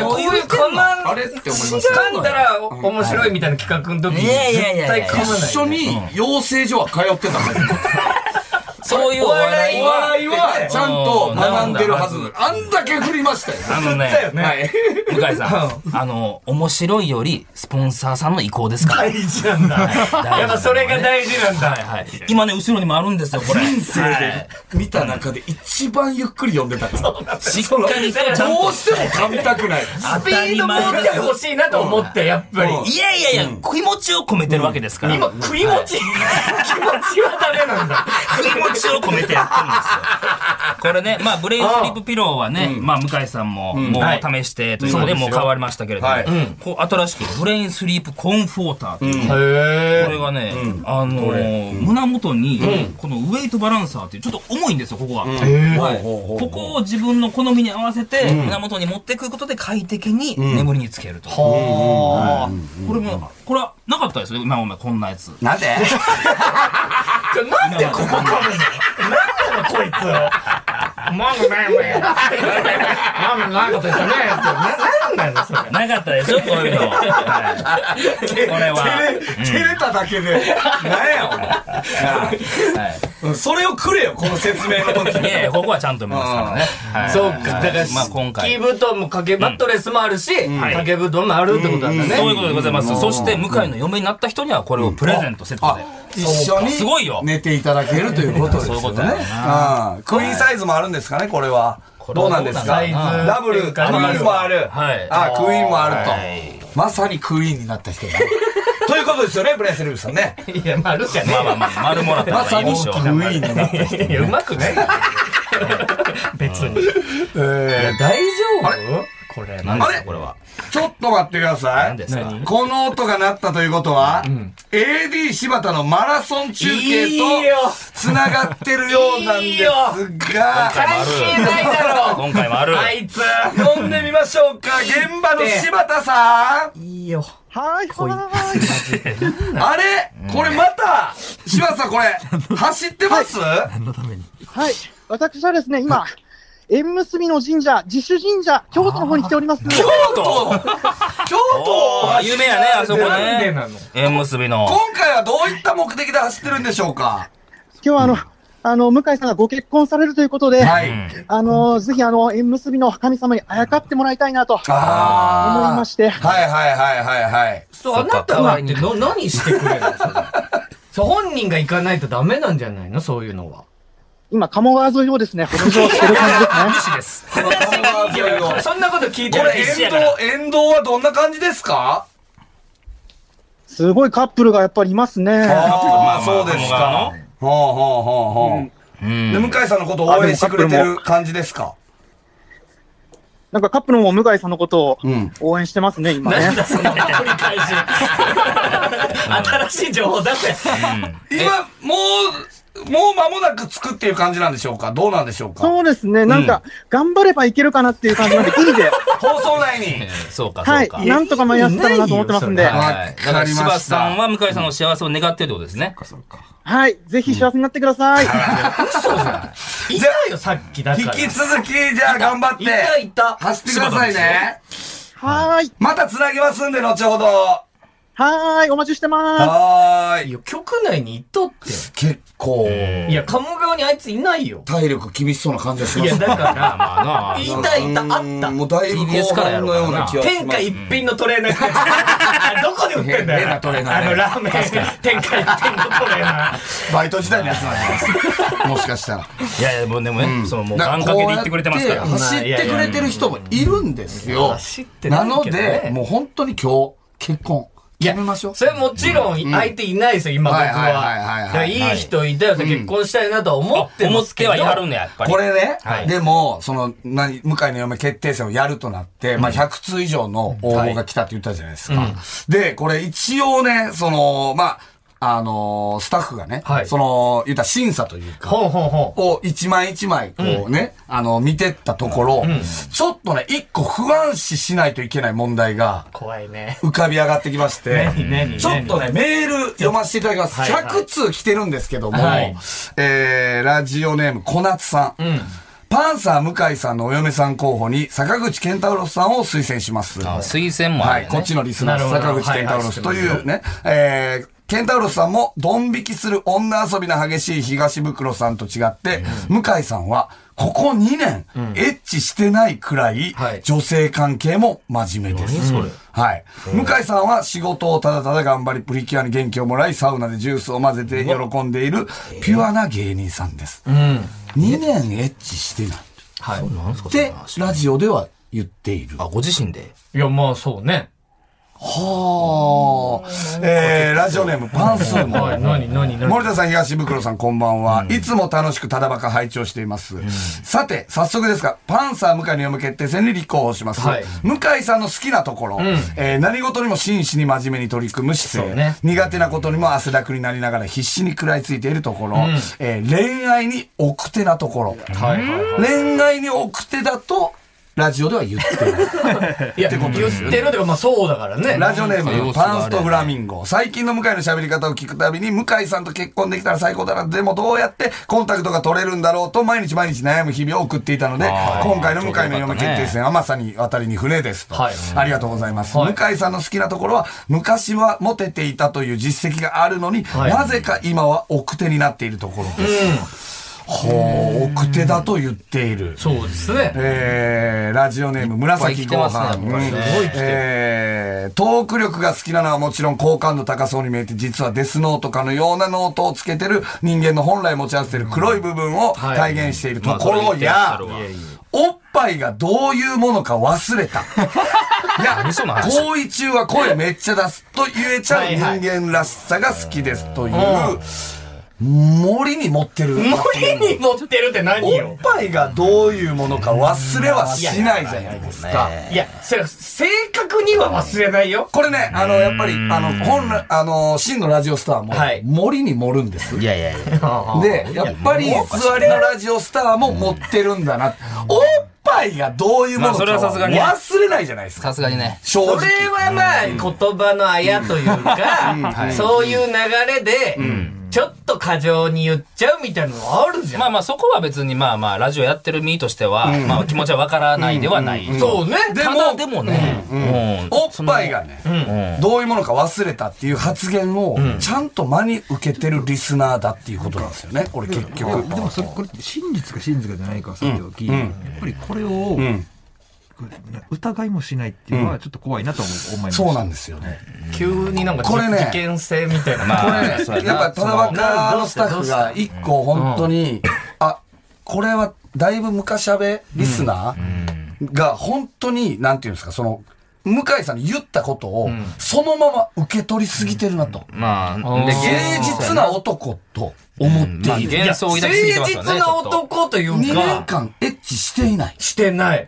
[SPEAKER 6] かこういう噛まん、
[SPEAKER 8] あれって思います
[SPEAKER 6] 噛んだら面白いみたいな企画の時に
[SPEAKER 3] いやいやいや
[SPEAKER 6] 絶
[SPEAKER 3] いや
[SPEAKER 6] 対噛まない。
[SPEAKER 8] 一緒に養成所は通ってたんだけど
[SPEAKER 3] そういうお 笑い
[SPEAKER 6] お
[SPEAKER 3] は、
[SPEAKER 6] 笑いは、
[SPEAKER 4] ちゃんと学んでるはずあんだけ振りましたよ
[SPEAKER 3] あの
[SPEAKER 6] だよ
[SPEAKER 3] ね、
[SPEAKER 6] ね。
[SPEAKER 3] 向井さん、あの、面白いより、スポンサーさんの意向ですから。
[SPEAKER 6] 大事なんだ。やっぱそれが大事なんだ。
[SPEAKER 3] はいはい。今ね、後ろにもあるんですよ、これ。人生
[SPEAKER 4] で見た中で一番ゆっくり読んでたから
[SPEAKER 3] しっかりとちゃん
[SPEAKER 4] ど
[SPEAKER 3] と
[SPEAKER 4] うしても噛みたくない
[SPEAKER 6] スピードもってほしいなと思って、やっぱり。
[SPEAKER 3] いやいやいや、気持ちを込めてるわけですから。
[SPEAKER 6] 今、食い持 ち、気持ちはダメなんだ。
[SPEAKER 3] 気持ちを込めてやってるんですよ。これね、まあ、ブレインスリープピローはね、まあ、向井さんも、もう
[SPEAKER 6] はい
[SPEAKER 3] 試してというので、もう変わりましたけれども、
[SPEAKER 4] はい
[SPEAKER 3] うんこう新しくブレインスリープコンフォーターという、
[SPEAKER 6] へ
[SPEAKER 3] これがね、あのー胸元に、このウェイトバランサーっていう、ちょっと重いんですよ、ここが。はいここを自分の好みに合わせて、胸元に持ってくることで快適に眠りにつけると。はいこれも、これはなかったですよ、今お前こんなやつ。
[SPEAKER 4] なんで
[SPEAKER 6] なんでここ噛むのなんなのこいつ。マムマムマムないこと言ったねって。な、なんなのそれ。
[SPEAKER 3] なかったでしょ、こういうの。はいこれは。
[SPEAKER 4] 照れた だけでなんやお前なあうんそれをくれよこの説明の時
[SPEAKER 3] いやいや、ここはちゃんと見ますからね。はい
[SPEAKER 6] そうか、だから、
[SPEAKER 3] まあ今
[SPEAKER 6] 敷
[SPEAKER 3] 回。
[SPEAKER 6] 布団も掛けマットレスもあるし、
[SPEAKER 3] はい
[SPEAKER 6] 掛け布団もあるってことなんだね。
[SPEAKER 3] そういうことでございます。そして、向井の嫁になった人にはこれをプレゼントセットで。
[SPEAKER 4] 一緒
[SPEAKER 3] すごいよ
[SPEAKER 4] に寝ていただけるということです
[SPEAKER 3] そういう
[SPEAKER 4] よ
[SPEAKER 3] こと
[SPEAKER 4] ね
[SPEAKER 3] だ
[SPEAKER 4] うんクイーンサイズもあるんですかねこれは
[SPEAKER 3] れ
[SPEAKER 4] ど
[SPEAKER 3] は
[SPEAKER 4] うなんです
[SPEAKER 3] どう
[SPEAKER 4] か
[SPEAKER 3] なんだ
[SPEAKER 6] ろうな
[SPEAKER 4] ダブルクイーンもある
[SPEAKER 3] はい
[SPEAKER 4] あクイーンもあ
[SPEAKER 3] は
[SPEAKER 4] るとまさにクイーンになった人 だねということですよねブレイスリーブさんね
[SPEAKER 6] いや、まあ、あるじゃね
[SPEAKER 3] まあまあまあ、丸もらった
[SPEAKER 4] ま
[SPEAKER 3] 方が
[SPEAKER 4] さ
[SPEAKER 3] いいで
[SPEAKER 4] にク
[SPEAKER 3] し
[SPEAKER 4] イ
[SPEAKER 3] ょう。
[SPEAKER 4] ーンになった人
[SPEAKER 6] えか。いや、うまくない。別に。
[SPEAKER 4] え
[SPEAKER 6] 大丈夫これ。
[SPEAKER 3] 何ですか、これは。
[SPEAKER 4] ーちょっと待ってくださ
[SPEAKER 3] 何
[SPEAKER 4] い
[SPEAKER 3] ですか。
[SPEAKER 4] この音が鳴ったということは AD 柴田のマラソン中継と
[SPEAKER 6] いいよ
[SPEAKER 4] つながってるようなんで
[SPEAKER 6] いいよ
[SPEAKER 4] すが
[SPEAKER 6] 関係ないだろ
[SPEAKER 3] 今回もある。
[SPEAKER 6] あいつ飲んでみましょうか
[SPEAKER 4] 現場の柴田さん
[SPEAKER 6] いいよ
[SPEAKER 4] あれこれまた柴田さんこれ、走ってます
[SPEAKER 9] はい。私はですね、今、縁結びの神社、自主神社、京都の方に来ております。
[SPEAKER 3] 京都
[SPEAKER 4] 京
[SPEAKER 3] お
[SPEAKER 4] 都
[SPEAKER 3] ー有名やね、あそこ
[SPEAKER 6] なんで
[SPEAKER 3] ね。
[SPEAKER 6] なの
[SPEAKER 3] 縁結びの。
[SPEAKER 4] 今回はどういった目的で走ってるんでしょうか
[SPEAKER 9] 今日はあの、あの、向井さんがご結婚されるということで、
[SPEAKER 4] はい。
[SPEAKER 9] あの、ぜひあの、縁結びの神様にあやかってもらいたいなと思い
[SPEAKER 4] あー
[SPEAKER 9] まして、
[SPEAKER 4] はいはいはいはいはい。
[SPEAKER 6] そうあなたはっての何してくれるのそれ そう本人が行かないとダメなんじゃないのそういうのは
[SPEAKER 9] 今、鴨川沿いをです ね、北上してる感じです
[SPEAKER 3] 西
[SPEAKER 9] ね。
[SPEAKER 3] です。
[SPEAKER 4] この鴨川沿いを
[SPEAKER 6] そんなこと聞いて
[SPEAKER 4] こ
[SPEAKER 6] る
[SPEAKER 4] れ沿道、沿道はどんな感じですか
[SPEAKER 9] すごいカップルがやっぱりいますね。
[SPEAKER 4] ああ、そうですか。ほうほうほうほ
[SPEAKER 3] う
[SPEAKER 4] う。で、
[SPEAKER 3] ん。
[SPEAKER 4] 向井さんのことを応援してくれてる感じですか
[SPEAKER 9] なんかカップルも向井さんのことを
[SPEAKER 4] ん
[SPEAKER 9] 応援してますね、今ね。
[SPEAKER 6] そんな繰り返し新しい情報出せ
[SPEAKER 4] 今、もう、もう間もなく着くっていう感じなんでしょうかどうなんでしょうか
[SPEAKER 9] そうですね、なんか、頑張ればいけるかなっていう感じ なんで、ギリで、
[SPEAKER 4] 放送内に。
[SPEAKER 10] そうか、
[SPEAKER 9] は
[SPEAKER 10] そう
[SPEAKER 9] い
[SPEAKER 10] か。、
[SPEAKER 9] なんとか間に合ったらなと思ってますんで、
[SPEAKER 4] わ
[SPEAKER 10] はいだ
[SPEAKER 4] かりました
[SPEAKER 10] から柴田さんは向井さんの幸せを願ってるってことですね。
[SPEAKER 9] はい、ぜひ幸せになってください。
[SPEAKER 6] いたよ、さっきだか
[SPEAKER 4] 引
[SPEAKER 6] ら。
[SPEAKER 4] き続き、じゃあ頑張って。
[SPEAKER 6] いた、いた。
[SPEAKER 4] 走ってくださいね。
[SPEAKER 9] はーい、
[SPEAKER 4] また繋ぎますんで、後ほど。
[SPEAKER 9] はーい、お待ちしてま
[SPEAKER 4] はー
[SPEAKER 6] い
[SPEAKER 4] い。
[SPEAKER 6] や、局内にいたって。
[SPEAKER 4] 結構、
[SPEAKER 6] いや、鴨川にあいついないよ。
[SPEAKER 4] 体力厳しそうな感じがし
[SPEAKER 6] い
[SPEAKER 4] ます
[SPEAKER 6] や、だ から、
[SPEAKER 10] まあなあ
[SPEAKER 6] いたいた、あった。
[SPEAKER 4] もうだいぶ後半のような気がし
[SPEAKER 6] 天
[SPEAKER 4] ま
[SPEAKER 6] 下
[SPEAKER 4] す。
[SPEAKER 6] 一品のトレーナーが どこで売ってんだよ。
[SPEAKER 4] 変なトレーナーね
[SPEAKER 6] あのラーメン。天下一品のトレーナー。
[SPEAKER 4] バイト時代のやつなん です。もしかしたら。
[SPEAKER 10] いやいや、もうでもね、そう、もう、
[SPEAKER 4] だ
[SPEAKER 10] 願掛けで言ってくれてますから。
[SPEAKER 4] こうやって走ってくれてる人もいるんですよ。
[SPEAKER 6] 走ってな
[SPEAKER 4] ないの
[SPEAKER 6] けどね
[SPEAKER 4] で、もう本当に今日、結婚、決めましょう。
[SPEAKER 6] それはもちろん相手いないですよ、今僕は。だ
[SPEAKER 4] はいはいはいはいはい
[SPEAKER 6] からいい人いたらさ結婚したいなとは思って
[SPEAKER 10] 思
[SPEAKER 6] ま
[SPEAKER 10] っ
[SPEAKER 6] す
[SPEAKER 10] て
[SPEAKER 6] けど。
[SPEAKER 10] はいはるんだ、やっぱり。
[SPEAKER 4] これね、
[SPEAKER 10] はい
[SPEAKER 4] でも、その、何、向井の嫁決定戦をやるとなって、まあ、100通以上の応募が来たって言ったじゃないですか。で、これ一応ね、その、まあ、あのースタッフがね、
[SPEAKER 6] はい
[SPEAKER 4] その、言ったら審査というか、
[SPEAKER 6] ほんほんほん。
[SPEAKER 4] を一枚一枚、こうね、あの、見てったところ、ちょっとね、一個不安視しないといけない問題が
[SPEAKER 6] 怖いね。
[SPEAKER 4] 浮かび上がってきまして、
[SPEAKER 6] 何何
[SPEAKER 4] ちょっとね、メール読ませていただきます。
[SPEAKER 6] はいはい
[SPEAKER 4] 100通来てるんですけども、
[SPEAKER 6] はい
[SPEAKER 4] えー、ラジオネーム、小夏さん。パンサー向井さんのお嫁さん候補に、坂口健太郎さんを推薦します。
[SPEAKER 10] あ推薦もあ
[SPEAKER 4] は
[SPEAKER 10] る
[SPEAKER 4] い、
[SPEAKER 10] よ
[SPEAKER 4] こ
[SPEAKER 10] ね
[SPEAKER 4] っ。ちのリスナー、
[SPEAKER 6] なるほ
[SPEAKER 4] 坂
[SPEAKER 6] ど
[SPEAKER 4] 口健太郎
[SPEAKER 6] はい
[SPEAKER 4] というね、えー、ケンタウロスさんも、ドン引きする女遊びの激しい東袋さんと違って、向井さんは、ここ2年、エッチしてないくらい
[SPEAKER 6] はい、
[SPEAKER 4] 女性関係も真面目です。はい。向井さんは仕事をただただ頑張り、プリキュアに元気をもらい、サウナでジュースを混ぜて喜んでいる、ピュアな芸人さんです。2年エッチしてない。
[SPEAKER 6] はい。
[SPEAKER 10] なんすか
[SPEAKER 4] って、ラジオでは言っている。
[SPEAKER 10] あ、ご自身で。
[SPEAKER 6] いや、まあそうね。
[SPEAKER 4] はあ。えー、ラジオネーム、パンスー
[SPEAKER 6] は
[SPEAKER 4] モ
[SPEAKER 6] い、何何何
[SPEAKER 4] 森田さん、東袋さん、こんばんは。いつも楽しくただばか拝聴しています。さて、早速ですが、パンサー向井の読む決定戦に立候補します。
[SPEAKER 6] はい
[SPEAKER 4] 向井さんの好きなところ、えー何事にも真摯に真面目に取り組む姿勢、
[SPEAKER 6] そうね
[SPEAKER 4] 苦手なことにも汗だくになりながら必死に食らいついているところ、えー恋愛に奥手なところ、
[SPEAKER 6] はいはいは
[SPEAKER 4] 恋愛に奥手だと、ラジオでは言ってない。
[SPEAKER 6] い。いや、言ってるとか、まあそうだからね。
[SPEAKER 4] ラジオネーム、
[SPEAKER 10] 様子があれ
[SPEAKER 4] パンスとフラミンゴ。最近の向井の喋り方を聞くたびに、向井さんと結婚できたら最高だな。でもどうやってコンタクトが取れるんだろうと、毎日毎日悩む日々を送っていたので、
[SPEAKER 10] あー
[SPEAKER 4] 今回の向井の嫁決定戦はまさに渡りに船ですと。
[SPEAKER 6] はい
[SPEAKER 4] ありがとうございます。
[SPEAKER 6] はい
[SPEAKER 4] 向井さんの好きなところは、昔はモテていたという実績があるのに、
[SPEAKER 6] はい
[SPEAKER 4] なぜか今は奥手になっているところです。ほう、奥手だと言っている。
[SPEAKER 6] そうですね。
[SPEAKER 4] えー、ラジオネーム紫
[SPEAKER 10] いっぱい
[SPEAKER 4] ご飯、
[SPEAKER 10] 来てますねやっぱりね
[SPEAKER 4] うん
[SPEAKER 10] すごい
[SPEAKER 4] えー、トーク力が好きなのはもちろん好感度高そうに見えて実はデスノートかのようなノートをつけてる人間の本来持ち合わせてる黒い部分を
[SPEAKER 6] はい
[SPEAKER 4] 体現しているところや、おっぱいがどういうものか忘 れた。いや、
[SPEAKER 10] 何その話
[SPEAKER 4] 行為中は声めっちゃ出すと言えちゃう
[SPEAKER 6] はい
[SPEAKER 4] 人
[SPEAKER 6] はい
[SPEAKER 4] 間らしさが好きですという、森に持ってる。
[SPEAKER 6] 森に持ってるって何
[SPEAKER 4] お
[SPEAKER 6] よ
[SPEAKER 4] っ。ぱいがどういうものか忘れはしないじゃないですか。
[SPEAKER 6] いや、それ正確には忘れないよ。
[SPEAKER 4] これね、あの、やっぱり、あの、本来、あの、真のラジオスターも
[SPEAKER 6] はい、
[SPEAKER 4] 森に盛るんです。
[SPEAKER 10] いやいやいや。
[SPEAKER 4] で、やっぱり、偽りのラジオスターも持ってるんだな。おっぱいがどういうもの
[SPEAKER 10] まあそ
[SPEAKER 4] か
[SPEAKER 10] れはさすがにね
[SPEAKER 4] 忘れないじゃないですか。
[SPEAKER 10] さすがにね。
[SPEAKER 4] 正
[SPEAKER 6] そ
[SPEAKER 4] 直。
[SPEAKER 6] れはまあ言葉のあやというか、そういう流れで、ちょっと過剰に言っちゃうみたいなのはあるじゃん。
[SPEAKER 10] まあまあ、そこは別に、まあまあ、ラジオやってる身としては、まあ、気持ちはわからないではない。
[SPEAKER 6] そうね。
[SPEAKER 4] で
[SPEAKER 10] た
[SPEAKER 4] も
[SPEAKER 10] だ、でもね、うん
[SPEAKER 4] おっぱいがね、どういうものか忘れたっていう発言を、ちゃんと真に受けてるリスナーだっていうことなんですよね。これ結
[SPEAKER 5] でも
[SPEAKER 4] 局。
[SPEAKER 5] でもそれこれって真実か真実かじゃないかはさておき、やっぱりこれを、これね疑いもしないっていうのはちょっと怖いなと思いました、
[SPEAKER 4] そうなんですよね。
[SPEAKER 6] 急になんか
[SPEAKER 4] これね
[SPEAKER 6] 事件性みたいな。ま
[SPEAKER 4] これね
[SPEAKER 10] そうやな
[SPEAKER 4] やっぱただばかのスタッフが一個本当に、あ、これはだいぶ昔阿部リスナーが本当に、なんていうんですか、その、向井さんに言ったことを、そのまま受け取りすぎてるなと。
[SPEAKER 10] まあ、で、
[SPEAKER 4] 誠実な男と思って
[SPEAKER 10] まあ
[SPEAKER 4] いる。
[SPEAKER 10] 幻想を抱きすぎてますよね。
[SPEAKER 6] 誠実な
[SPEAKER 10] ちょっと
[SPEAKER 6] 男とい
[SPEAKER 4] 2
[SPEAKER 6] う
[SPEAKER 4] 年
[SPEAKER 6] か、
[SPEAKER 4] 間エッチしていない。
[SPEAKER 6] してない。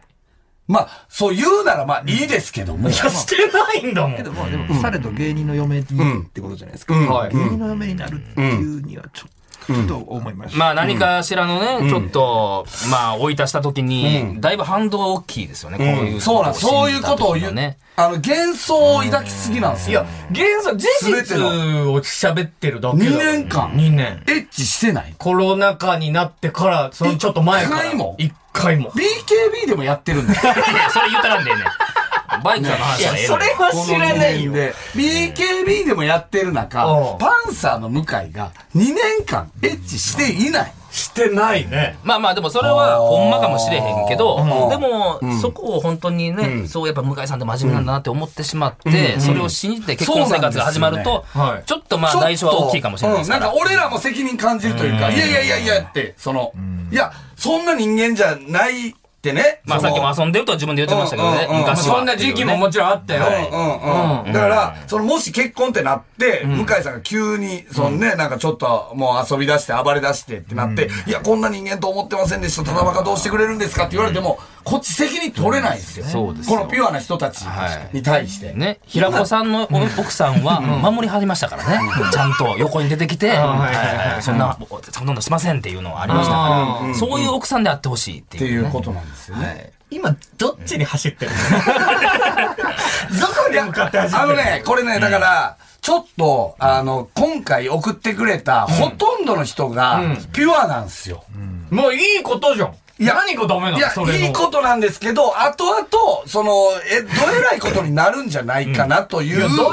[SPEAKER 4] まあ、そう言うならまあいいですけども。
[SPEAKER 6] いや、してないんだも
[SPEAKER 5] けど
[SPEAKER 6] ん。
[SPEAKER 5] もでもされど芸人の嫁にってことじゃないですか、
[SPEAKER 4] うん
[SPEAKER 5] 芸人の嫁になるっていうにはちょっちょっと思いました。
[SPEAKER 10] まあ何かしらのね、ちょっと、まあ追い足した時に、だいぶ反動は大きいですよね、こういうこと
[SPEAKER 4] そうなん
[SPEAKER 10] を信じた時の
[SPEAKER 4] そう
[SPEAKER 10] ね。
[SPEAKER 4] いうことを言う、あの、幻想を抱きすぎなんです
[SPEAKER 6] い
[SPEAKER 4] よ
[SPEAKER 6] や。、現在、事
[SPEAKER 4] 全て
[SPEAKER 6] 実
[SPEAKER 4] の
[SPEAKER 6] を喋ってるだけだ。
[SPEAKER 4] 2年間
[SPEAKER 6] 2年。
[SPEAKER 4] エッチしてない
[SPEAKER 6] コロナ禍になってから、そのちょっと前から。
[SPEAKER 4] 一回も
[SPEAKER 6] 一回も。
[SPEAKER 4] ?BKB でもやってるん ですよ。
[SPEAKER 10] いやそれ言ったらんでええねんバイクさんの
[SPEAKER 6] い
[SPEAKER 10] 話
[SPEAKER 6] や
[SPEAKER 10] はえ、え
[SPEAKER 6] そ
[SPEAKER 10] のよ
[SPEAKER 6] れは知らないよ。
[SPEAKER 4] で、BKB でもやってる中
[SPEAKER 6] うん、
[SPEAKER 4] パンサーの向井が2年間エッチしていない。
[SPEAKER 6] してないね。
[SPEAKER 10] まあまあでもそれはほんまかもしれへんけど、でもそこを本当にね、そうやっぱ向井さんって真面目なんだなって思ってしまって、それを信じて結婚生活が始まると、
[SPEAKER 4] そうなんですよねはい
[SPEAKER 10] ちょっとまあ代償は大きいかもしれないです
[SPEAKER 4] ち
[SPEAKER 10] か
[SPEAKER 4] ょっと
[SPEAKER 10] ら。
[SPEAKER 4] うんなんか俺らも責任感じるというか、いやいやいやいやって、その、いや、そんな人間じゃないってね。
[SPEAKER 10] まあ
[SPEAKER 4] そ
[SPEAKER 10] さっ
[SPEAKER 4] の
[SPEAKER 10] きも遊んでるとは自分で言ってましたけどね、
[SPEAKER 4] うんうんうん
[SPEAKER 10] 昔は。
[SPEAKER 6] そんな時期ももちろんあったよ。
[SPEAKER 4] うんうんうん。だから、その、もし結婚ってなって、向井さんが急に、そのね、なんかちょっと、もう遊び出して、暴れ出してってなって、いや、こんな人間と思ってませんでした、ただバカどうしてくれるんですかって言われても、こっち責任取れないんですよ。
[SPEAKER 10] そうですよ
[SPEAKER 4] このピュアな人たちに対して。
[SPEAKER 10] ね、平子さんの奥さんは守り始めましたからね、ちゃんと横に出てきて、はいそんな、そんなのしませんっていうのはありましたから、そういう奥さんであってほしいって
[SPEAKER 4] って
[SPEAKER 10] い
[SPEAKER 4] いうう
[SPEAKER 10] ね。
[SPEAKER 4] ことなんですよね。
[SPEAKER 6] 今、どっちに走ってるのどこに向かって走って
[SPEAKER 4] あ
[SPEAKER 6] る
[SPEAKER 4] のね、これね、だから、ちょっと、あの、今回送ってくれた、ほとんどの人が、ピュアなんですよ。
[SPEAKER 6] もういいことじゃん。
[SPEAKER 4] いや
[SPEAKER 6] 何がダメないのそれ
[SPEAKER 4] や、
[SPEAKER 6] の。
[SPEAKER 4] いいことなんですけど、後々、その、え、どえらいことになるんじゃないかなとい
[SPEAKER 6] いや
[SPEAKER 4] う、
[SPEAKER 6] 大丈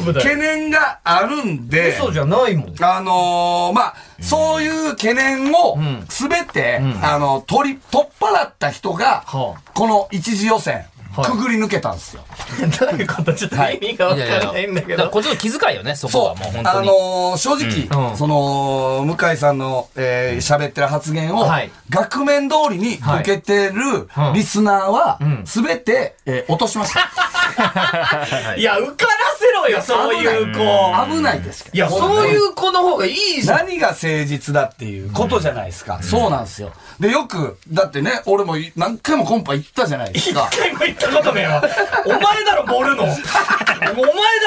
[SPEAKER 6] 夫だ
[SPEAKER 4] 懸
[SPEAKER 6] よ。
[SPEAKER 4] 念があるんで、
[SPEAKER 6] 嘘じゃない もん。
[SPEAKER 4] あのーまあ、そういう懸念を、すべて、あの、取り、取っ払った人が、
[SPEAKER 6] はあ
[SPEAKER 4] この一次予選、
[SPEAKER 6] はい
[SPEAKER 4] くぐり抜けたんですよ。
[SPEAKER 6] どういうことちょっと意味がわからないんだけ
[SPEAKER 10] だから
[SPEAKER 6] ど。
[SPEAKER 10] こっちの気遣いよね、そこ
[SPEAKER 4] そ
[SPEAKER 10] はもう本
[SPEAKER 4] う。
[SPEAKER 10] 当
[SPEAKER 4] あ
[SPEAKER 10] に。
[SPEAKER 4] のー正直、
[SPEAKER 6] うん
[SPEAKER 4] その、向井さんの、えー喋ってる発言を、
[SPEAKER 6] はい
[SPEAKER 4] 額面通りに受けてる
[SPEAKER 6] はい
[SPEAKER 4] リスナーは、すべて、えー落としました。
[SPEAKER 6] いや、受からせろよ、そういう子。
[SPEAKER 4] 危ないですけど
[SPEAKER 6] いや、そういう子の方がいいじゃん。
[SPEAKER 4] 何が誠実だっていうことじゃないですか。そうなんですよ。で、よく、だってね、俺もい何回もコンパ行ったじゃないですか。
[SPEAKER 6] 一回も言ったことねえわ。お前だろ、ボルの。お前だ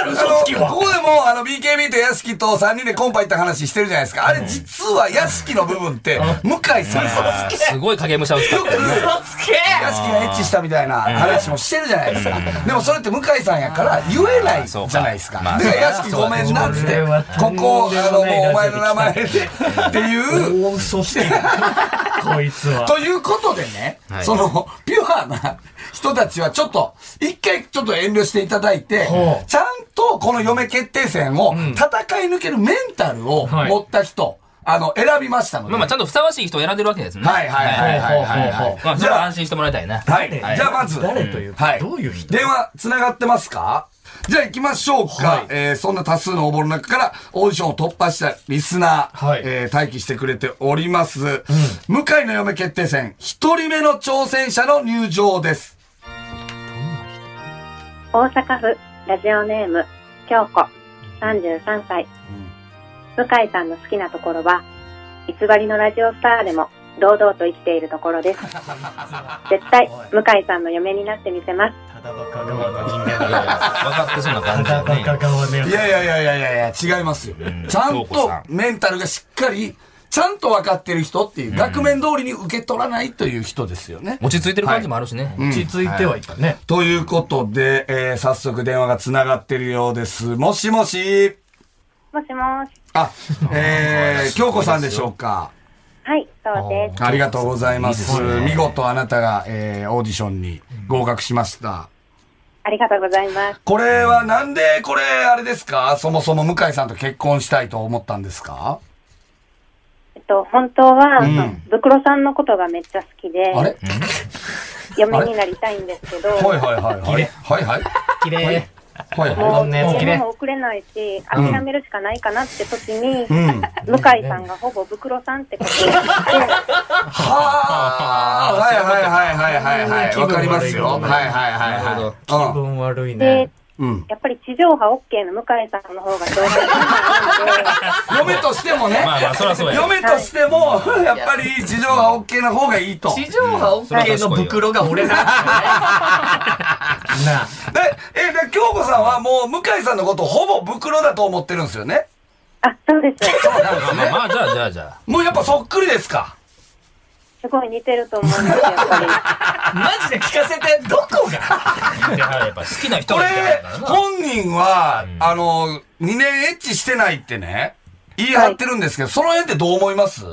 [SPEAKER 6] ろ、嘘つき
[SPEAKER 4] あのこ
[SPEAKER 6] は。
[SPEAKER 4] こでも、あの、BKB と屋敷と3人でコンパ行った話してるじゃないですか。あれ、実は屋敷の部分って、向井さんが、
[SPEAKER 10] すごい影武者を使ってるね。
[SPEAKER 6] 嘘つけ
[SPEAKER 4] 屋敷がエッチしたみたいな話もしてるじゃないですか。でもそれって向井さんやから言えないじゃないですか。
[SPEAKER 10] まあ
[SPEAKER 4] で、
[SPEAKER 10] そうか
[SPEAKER 4] 屋敷ごめんなっつっ
[SPEAKER 6] そ
[SPEAKER 4] て
[SPEAKER 6] れは、
[SPEAKER 4] ここ、あの、もうお前の名前で、
[SPEAKER 6] とん
[SPEAKER 4] っていう、
[SPEAKER 6] 大嘘つきこいつは。
[SPEAKER 4] ということでね、
[SPEAKER 10] い
[SPEAKER 4] その、ピュアな人たちはちょっと、一回ちょっと遠慮していただいて
[SPEAKER 6] ほ、う
[SPEAKER 4] ちゃんとこの嫁決定戦を戦い抜けるメンタルを
[SPEAKER 6] はい
[SPEAKER 4] 持った人、あの、選びましたので。
[SPEAKER 10] まあまあ、ちゃんとふさわしい人を選んでるわけですね。
[SPEAKER 4] はいはいはいはいはい
[SPEAKER 6] ほうほうほ
[SPEAKER 4] は
[SPEAKER 6] う
[SPEAKER 4] い。
[SPEAKER 10] まあ、そ
[SPEAKER 4] じ
[SPEAKER 10] れは
[SPEAKER 4] ゃあ
[SPEAKER 10] 安、心してもらいたいね。
[SPEAKER 4] はい。
[SPEAKER 6] 誰
[SPEAKER 4] じゃあまず、
[SPEAKER 6] 誰というか
[SPEAKER 4] はい。
[SPEAKER 6] どういう人
[SPEAKER 4] 電話、繋がってますかじゃあ行きましょうか。
[SPEAKER 6] はい
[SPEAKER 4] えーそんな多数の応募の中から、オーディションを突破したリスナー、
[SPEAKER 6] はい
[SPEAKER 4] えー待機してくれております。向井の嫁決定戦、一人目の挑戦者の入場です。
[SPEAKER 11] 大阪府ラジオネーム京子33歳、向井さんの好きなところは偽りのラジオスターでも堂々と生きているところ です絶対向井さんの嫁になってみせます
[SPEAKER 6] ただバカ側の人
[SPEAKER 10] いやいや分かってそうな感じ
[SPEAKER 6] ただ
[SPEAKER 10] よ
[SPEAKER 6] バカ
[SPEAKER 10] ね。
[SPEAKER 6] 側のや
[SPEAKER 4] い
[SPEAKER 6] つ。
[SPEAKER 4] やいやいやいやいやいや、違いますよ。ちゃん
[SPEAKER 10] 京子
[SPEAKER 4] と
[SPEAKER 10] さん
[SPEAKER 4] メンタルがしっかり、ちゃんと分かってる人っていう、額面通りに受け取らないという人ですよね。
[SPEAKER 10] 落ち着いてる感じもあるしね。
[SPEAKER 6] 落ち着いてはいたね。
[SPEAKER 4] ということで、えー早速電話が繋がってるようです。もしもし。
[SPEAKER 11] もしもし
[SPEAKER 4] あ、えー、京子さんでしょうか。
[SPEAKER 11] はいそうです
[SPEAKER 4] ありがとうございます。
[SPEAKER 10] いいですね
[SPEAKER 4] 見事あなたが、えー、オーディションに合格しました。
[SPEAKER 11] ありがとうございます
[SPEAKER 4] これはなんで、これ、あれですかそもそも向井さんと結婚したいと思ったんですか
[SPEAKER 11] えっと本当は、
[SPEAKER 4] ん
[SPEAKER 11] あのブクロさんのことがめっちゃ好きで
[SPEAKER 4] あれ
[SPEAKER 11] 嫁になりたいんですけど
[SPEAKER 4] はいはいはいはい。はいはい。
[SPEAKER 6] 綺麗。
[SPEAKER 4] はい
[SPEAKER 11] も
[SPEAKER 4] は
[SPEAKER 11] う
[SPEAKER 6] んなやつ着
[SPEAKER 11] 嫁
[SPEAKER 6] ね
[SPEAKER 11] も遅れないし諦めるしかないかなって時に、
[SPEAKER 4] い。うん。は
[SPEAKER 11] 向井さんがほぼブクロさんってことを言って
[SPEAKER 4] あはいはいはいはいはいはい。わかりますよ。はいはいはいはい。
[SPEAKER 6] 気分悪い
[SPEAKER 11] で
[SPEAKER 6] ね。、
[SPEAKER 4] うん。
[SPEAKER 11] やっぱり地上波 OK の向井さんの方が上手な
[SPEAKER 4] 嫁としてもね。
[SPEAKER 10] まあまあ、そりゃそうや。
[SPEAKER 4] 嫁としても、やっぱり地上波 OK な方がいいと。
[SPEAKER 6] 地上波 OK の袋が俺だ。なあ。
[SPEAKER 4] で、え、で、京子さんはもう向井さんのことをほぼ袋だと思ってるんですよね。
[SPEAKER 11] あ、そうです。
[SPEAKER 3] まあまあ、じゃあ、じゃあ、じゃ
[SPEAKER 4] もうやっぱそっくりですか
[SPEAKER 11] すごい似てると思います、やっぱり。
[SPEAKER 6] マジで聞かせて、どこが
[SPEAKER 3] あ。で、やっぱ好きな人
[SPEAKER 4] こ
[SPEAKER 3] が
[SPEAKER 4] れ
[SPEAKER 3] いるから、な。
[SPEAKER 4] 本人は、あの、2年エッチしてないってね、言い張ってるんですけど、その辺ってどう思います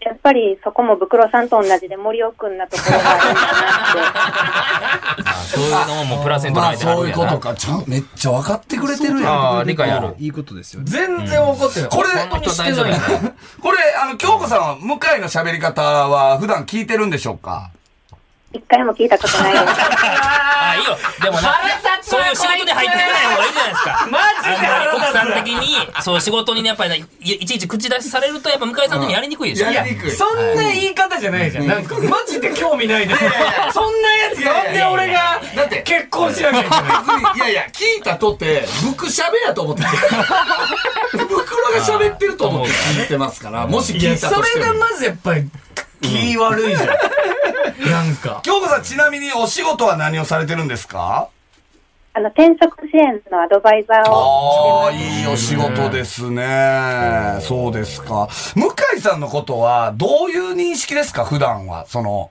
[SPEAKER 11] やっぱりそこもブクロさんと同じで森尾くんなところがあるんだなって。
[SPEAKER 3] あそういうのももうプラセント
[SPEAKER 4] ま
[SPEAKER 3] ラ
[SPEAKER 4] あ
[SPEAKER 3] イトあ
[SPEAKER 4] そう
[SPEAKER 3] る
[SPEAKER 4] いう
[SPEAKER 3] やな
[SPEAKER 4] こと。か。ちゃん、めっちゃ分かってくれてるやん。
[SPEAKER 3] ああ、理解ある。
[SPEAKER 5] いいことですよね。
[SPEAKER 6] 全然怒ってない。
[SPEAKER 4] これ、
[SPEAKER 3] 本当大丈夫やな。
[SPEAKER 4] これ、あの、京子さんは、向井の喋り方は普段聞いてるんでしょうか
[SPEAKER 11] 一回も聞いたことないです。
[SPEAKER 3] あ、いいよ。でもな、そういう仕事に入ってくれない方がいいじゃないですか。
[SPEAKER 6] マジで
[SPEAKER 3] あの
[SPEAKER 6] 腹
[SPEAKER 3] 奥さん
[SPEAKER 6] 立
[SPEAKER 3] 的に、そう、仕事にね、やっぱりね、いいちいち口出しされると、やっぱ向井さん的にやりにくいでしょ。
[SPEAKER 4] やりにくい。
[SPEAKER 6] つ。そんな言い方じゃないじゃん。なんか、マジで興味ないです。そんなやつなんで俺が
[SPEAKER 4] だって
[SPEAKER 6] 結婚しなきゃいけない
[SPEAKER 4] 別にいやいや、聞いたとて、ブクしゃべやと思ってる。ブクロが喋ってると思って聞いてますから、もし
[SPEAKER 6] い
[SPEAKER 4] 聞
[SPEAKER 6] や、
[SPEAKER 4] いた
[SPEAKER 6] そ
[SPEAKER 4] として
[SPEAKER 6] れ
[SPEAKER 4] も
[SPEAKER 6] が。まずやっぱり、気悪いじゃん。なんか。
[SPEAKER 4] 京子さん、ちなみにお仕事は何をされてるんですか
[SPEAKER 11] あの、転職支援のアドバイザー
[SPEAKER 4] あ
[SPEAKER 11] を
[SPEAKER 4] あ、
[SPEAKER 11] してます。
[SPEAKER 4] いいお仕事ですね。そうですか。向井さんのことは、どういう認識ですか普段は。その、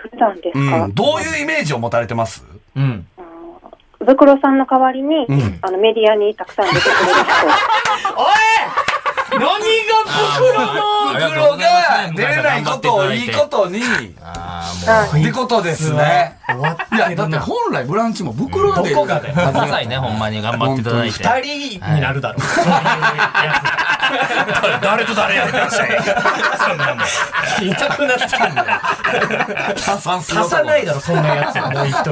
[SPEAKER 11] 普段で
[SPEAKER 4] う
[SPEAKER 11] すか、
[SPEAKER 4] ん。どういうイメージを持たれてます
[SPEAKER 6] うん。
[SPEAKER 11] ブクロさんの代わりに、あの、メディアにたくさん出てくれる
[SPEAKER 6] 何
[SPEAKER 4] ブ
[SPEAKER 6] が
[SPEAKER 4] クロが出れないことをいいことに、っ
[SPEAKER 11] 人。はい。
[SPEAKER 4] てことですね。いや、だって本来ブランチも袋で。
[SPEAKER 6] どこがだよ
[SPEAKER 3] くださいね、ほんまに頑張っていただいて。
[SPEAKER 6] 二人になるだろう。そういうや
[SPEAKER 3] 誰と誰やってらっしゃい。そんなもん。
[SPEAKER 6] つ聞いたくなってきたんだよ。
[SPEAKER 4] 加算する
[SPEAKER 6] 足
[SPEAKER 4] 男
[SPEAKER 6] さないだろ、そんなやつ。もう一人。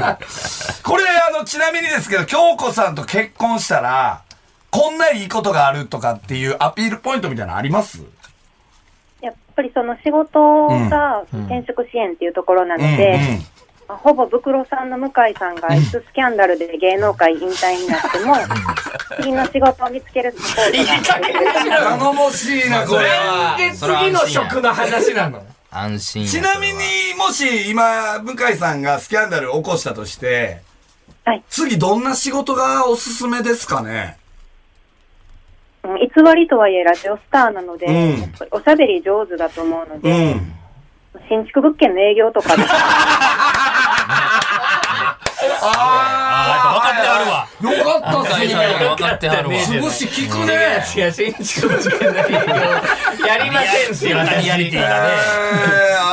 [SPEAKER 4] これ、あの、ちなみにですけど、京子さんと結婚したら、こんないいことがあるとかっていうアピールポイントみたいなのあります
[SPEAKER 11] やっぱりその仕事が転職支援っていうところなので、まあほぼブクロさんの向井さんが X スキャンダルで芸能界引退になっても、次の仕事を見つけるサポートがしてくれる
[SPEAKER 4] 頼もしいな、これは。
[SPEAKER 6] で、次の職の話なの。
[SPEAKER 3] 安心や
[SPEAKER 4] ちなみに、もし今、向井さんがスキャンダルを起こしたとして、
[SPEAKER 11] はい
[SPEAKER 4] 次どんな仕事がおすすめですかね
[SPEAKER 11] うん偽りとはいえラジオスターなので、
[SPEAKER 4] うん
[SPEAKER 11] やっぱりおしゃべり上手だと思うの
[SPEAKER 4] う
[SPEAKER 11] で、
[SPEAKER 4] ん。
[SPEAKER 11] 新築物件の営業とかで
[SPEAKER 4] あ
[SPEAKER 3] あ
[SPEAKER 4] ー、よかった
[SPEAKER 3] 分かってはるわ。分かってはるわ。
[SPEAKER 4] 少し聞くね。
[SPEAKER 6] いや、新築の事件だけど、やりませんってい
[SPEAKER 3] リ
[SPEAKER 6] う
[SPEAKER 3] ア
[SPEAKER 6] 話。
[SPEAKER 3] リティが
[SPEAKER 4] え
[SPEAKER 3] ね。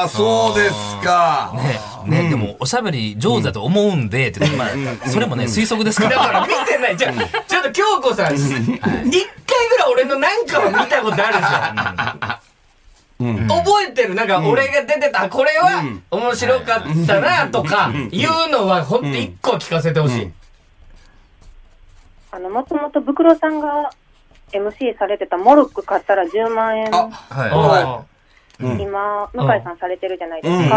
[SPEAKER 4] ー、あ、そうですか。
[SPEAKER 3] ね、ね、でも、おしゃべり上手だと思うんで、って、まあ、それもね、推測ですか
[SPEAKER 6] だから
[SPEAKER 3] ら。
[SPEAKER 6] 見てない。じゃあちょっと京子さん、一回ぐらい俺のなんかを見たことあるじゃん。覚えてるなんか俺が出てた、あこれは面白かったなとかいうのはほんと一個聞かせてほしい。
[SPEAKER 11] あの、もともとブクロさんが MC されてたモルック買ったら10万円、
[SPEAKER 4] あ、
[SPEAKER 3] はい。
[SPEAKER 6] あ
[SPEAKER 11] 今、向井さんされてるじゃないで
[SPEAKER 4] うん、
[SPEAKER 11] すか。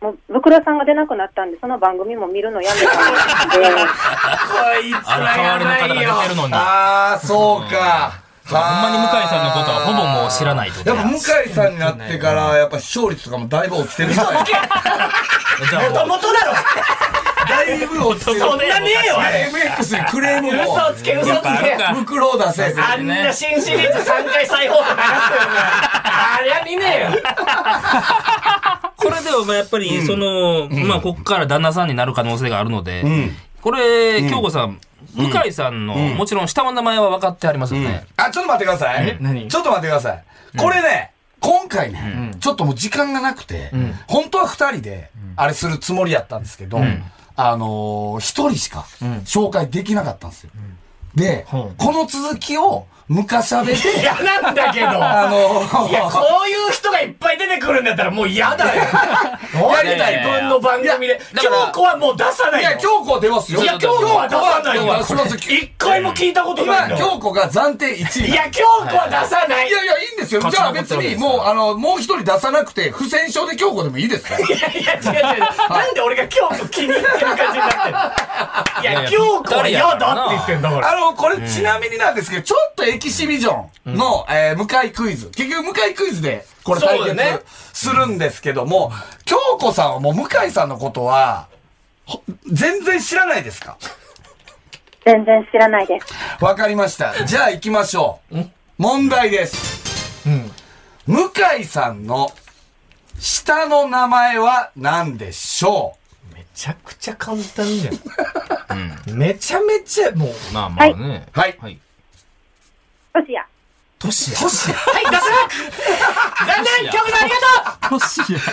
[SPEAKER 11] もう、ブクロさんが出なくなったんで、その番組も見るのやめたんですけど、
[SPEAKER 6] あこいつ
[SPEAKER 3] あの、
[SPEAKER 6] は
[SPEAKER 3] 代わ
[SPEAKER 6] や
[SPEAKER 3] りの方
[SPEAKER 6] ばいよ
[SPEAKER 3] が出て。るのに。
[SPEAKER 4] ああ、そうか。
[SPEAKER 3] ほんまに向井さんのことはほぼもう知らないってこと
[SPEAKER 4] やっ
[SPEAKER 3] や
[SPEAKER 4] ぱ向井さんになってから、やっぱ視聴率とかもだいぶ落ちてるみたい
[SPEAKER 3] じゃあもう、
[SPEAKER 6] 元だろ
[SPEAKER 4] だいぶ落ちてる。
[SPEAKER 6] そんなねえわ
[SPEAKER 4] MX にクレームも。
[SPEAKER 6] 嘘つけ嘘つけ
[SPEAKER 4] 袋を出せ。
[SPEAKER 6] あんな新シリーズ3回再放送流してるな。ありゃ見ねえよ。
[SPEAKER 3] これでもまあやっぱり、その、まあ、ここから旦那さんになる可能性があるので、これ、京子さん、向井さんの、もちろん下の名前は分かってありますよね。
[SPEAKER 4] あ、ちょっと待ってください。
[SPEAKER 6] 何
[SPEAKER 4] ちょっと待ってください。これね、今回ね、ちょっともう時間がなくて、本当は二人で、あれするつもりやったんですけど、あのー、一人しか紹介できなかったんですよ。で、この続きを、昔喋で、
[SPEAKER 6] いや、なんだけど。
[SPEAKER 4] あのー、
[SPEAKER 6] いや、こういう人がいっぱい出てくるんだったらもう嫌だよ。やりたい分の番組で。
[SPEAKER 4] やだから
[SPEAKER 6] 京子はもう出さないいよ。
[SPEAKER 4] や、京子は出ますよ。
[SPEAKER 6] いや京子は出さないよ
[SPEAKER 4] 京子は出します
[SPEAKER 6] 一回も聞いたことないん
[SPEAKER 4] 今、
[SPEAKER 6] だよ。
[SPEAKER 4] 京子が暫定1位。
[SPEAKER 6] いや、京子は出さない。
[SPEAKER 4] いやいや、いいんですよ。じゃあ別に、もう、あの、もう一人出さなくて、不戦勝で京子でもいい ですか
[SPEAKER 6] いやいや、違う違う。なんで俺が京子気に入ってる感じになってるのい
[SPEAKER 3] い
[SPEAKER 6] や、
[SPEAKER 3] や
[SPEAKER 6] 京子は嫌だって言ってんだから。
[SPEAKER 4] あの、これちなみになんですけど、ちょっとエキシビジョンの、えー向井クイズ。結局向井クイズで、これ対
[SPEAKER 6] そう
[SPEAKER 4] 決
[SPEAKER 6] だね
[SPEAKER 4] するんですけども、京子さんはもう向井さんのことは、ほ全然知らないですか
[SPEAKER 11] 全然知らないです。
[SPEAKER 4] わかりました。じゃあ行きましょう。問題です。向井さんの下の名前は何でしょ
[SPEAKER 12] めちゃくちゃ簡単じゃん。めちゃめちゃ、もう。
[SPEAKER 3] まあまあね。
[SPEAKER 4] うはい。
[SPEAKER 3] はい。
[SPEAKER 11] トシヤ。
[SPEAKER 3] トシヤ。
[SPEAKER 4] トシヤ
[SPEAKER 6] はい、脱落残念今日もありが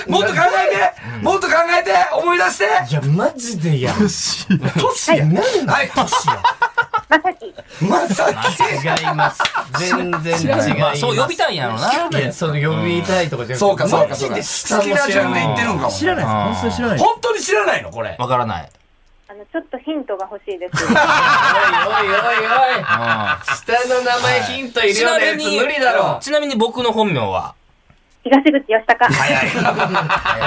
[SPEAKER 6] とう
[SPEAKER 4] もっと考えてもっと考えて思い出して
[SPEAKER 12] いや、マジで やん。
[SPEAKER 4] トシヤ
[SPEAKER 12] なんだ
[SPEAKER 4] はい、トシヤ。
[SPEAKER 11] まさき。
[SPEAKER 4] まさき。
[SPEAKER 6] 違います。全然違い
[SPEAKER 3] ま
[SPEAKER 6] ま
[SPEAKER 3] あ、
[SPEAKER 6] す。
[SPEAKER 3] そう呼びたいんやろな。
[SPEAKER 6] いや、その呼びたいとかじゃなくて。
[SPEAKER 4] そうか、そうか、そうか。
[SPEAKER 6] マジで
[SPEAKER 4] 好きなジャンル言ってるんかも。
[SPEAKER 5] 知らないです。本当に知らないです。
[SPEAKER 4] 本当に知らないのこれ。
[SPEAKER 3] わからない。
[SPEAKER 11] あの、ちょっとヒントが欲しいです。
[SPEAKER 6] おいおいおいおい。下の名前ヒントいるようなやつ無理だろ。
[SPEAKER 3] ちなみに僕の本名は、
[SPEAKER 11] 東口義隆。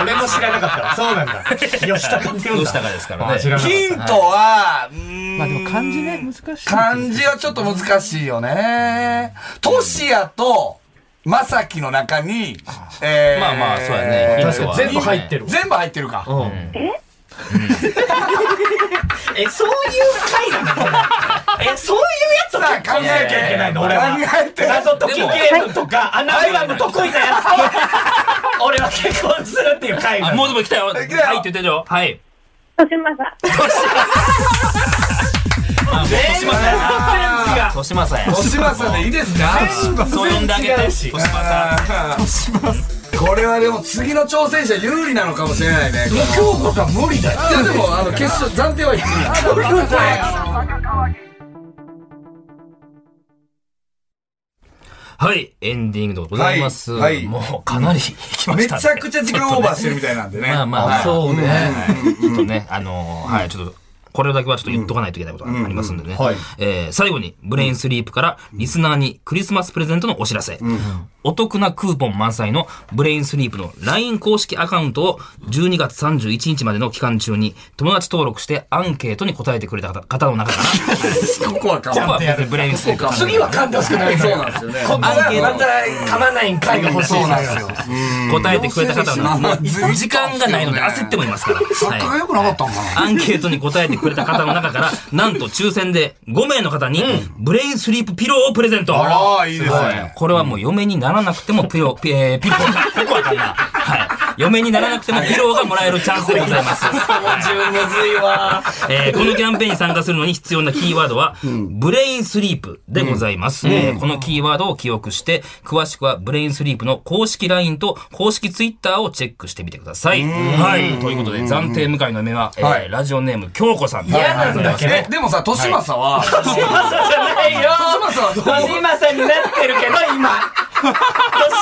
[SPEAKER 12] 俺も知らなかったわ。そうなんだ。吉高って言うんだ
[SPEAKER 3] どうしたかですから
[SPEAKER 12] あ知
[SPEAKER 3] ね。
[SPEAKER 12] らなかっ
[SPEAKER 4] ヒントは、うーん
[SPEAKER 5] まあでも漢字ね、難しいです。
[SPEAKER 4] 漢字はちょっと難しいよね。トシヤと、まさきの中に、えー、
[SPEAKER 3] まあまあ、そうやね。ヒントは
[SPEAKER 6] 全部入ってる。
[SPEAKER 4] 全部入ってるか。
[SPEAKER 6] え、そういう回な のえ、そういう
[SPEAKER 4] さあ、考え
[SPEAKER 12] いやいやいや俺は
[SPEAKER 4] 考えて。
[SPEAKER 12] た。謎解きゲームとか、アナグラム得意なやつと、俺は結婚するっていう回な
[SPEAKER 3] あ、
[SPEAKER 12] の
[SPEAKER 3] もうでも来たよ。はいっ
[SPEAKER 4] 来た
[SPEAKER 3] て
[SPEAKER 4] よ
[SPEAKER 3] 言ってるよ。はい。
[SPEAKER 11] トシマサ。
[SPEAKER 3] あ、もう、としまさや。としまさや。
[SPEAKER 4] トシマさんでいいですか
[SPEAKER 3] そう呼んであげて。としまさ。
[SPEAKER 4] これはでも次の挑戦者有利なのかもしれないね。京子さん無理だよ。いやでも、あの、決勝、暫定は一位。
[SPEAKER 3] はい、エンディングでございます。
[SPEAKER 4] はいはい
[SPEAKER 3] もう、かなり来ま
[SPEAKER 4] め
[SPEAKER 3] し
[SPEAKER 4] ち
[SPEAKER 3] たね。
[SPEAKER 4] ゃくちゃ時間オーバーしてるみたいなんでね。
[SPEAKER 3] まあまあ、
[SPEAKER 6] そうね
[SPEAKER 3] はいちょっとね、あのー、はい、ちょっと、これだけはちょっと言っとかないといけないことがありますんでね。えー最後に、ブレインスリープから、リスナーにクリスマスプレゼントのお知らせ。お得なクーポン満載の、ブレインスリープの LINE 公式アカウントを、12月31日までの期間中に、友達登録してアンケートに答えてくれた方方の 中から、
[SPEAKER 4] ここはか
[SPEAKER 3] ここは別にブレインスリープ。
[SPEAKER 4] 次は噛んでほしくない。そうなんですよね。
[SPEAKER 3] アンケート
[SPEAKER 6] また噛まないん回が欲しい。
[SPEAKER 4] そうなんですよ。
[SPEAKER 3] 答えてくれた方
[SPEAKER 4] まあまあ
[SPEAKER 3] の、時間がないので焦ってもいますから。
[SPEAKER 4] 作家が良くなかったんかな。
[SPEAKER 3] アンケートに答えてくれた方の中から、なんと抽選で5名の方に、ブレインスリープピローをプレゼント。
[SPEAKER 4] あらいいですね。
[SPEAKER 3] これはもう嫁にならなくてもピロ、ピ、えー、ピロー、ここはかんな。はい。嫁にならなくてもピローがもらえるチャンスでございます。
[SPEAKER 6] むずいわ。
[SPEAKER 3] えーこのキャンペーンに参加するのに必要なキーワードは、ブレインスリープでございます、えーこのキーワードを記憶して、詳しくはブレインスリープの公式 LINE と公式 Twitter をチェックしてみてください。はい。ということで、暫定向かいの目は、えー
[SPEAKER 4] はい
[SPEAKER 3] ラジオネーム、京子さん。
[SPEAKER 6] 嫌なんだけど。
[SPEAKER 4] え、でもさ、年政は、
[SPEAKER 6] トシマサじゃないよ。
[SPEAKER 4] トシマサはどう
[SPEAKER 6] トシマサになってるけど、今。ト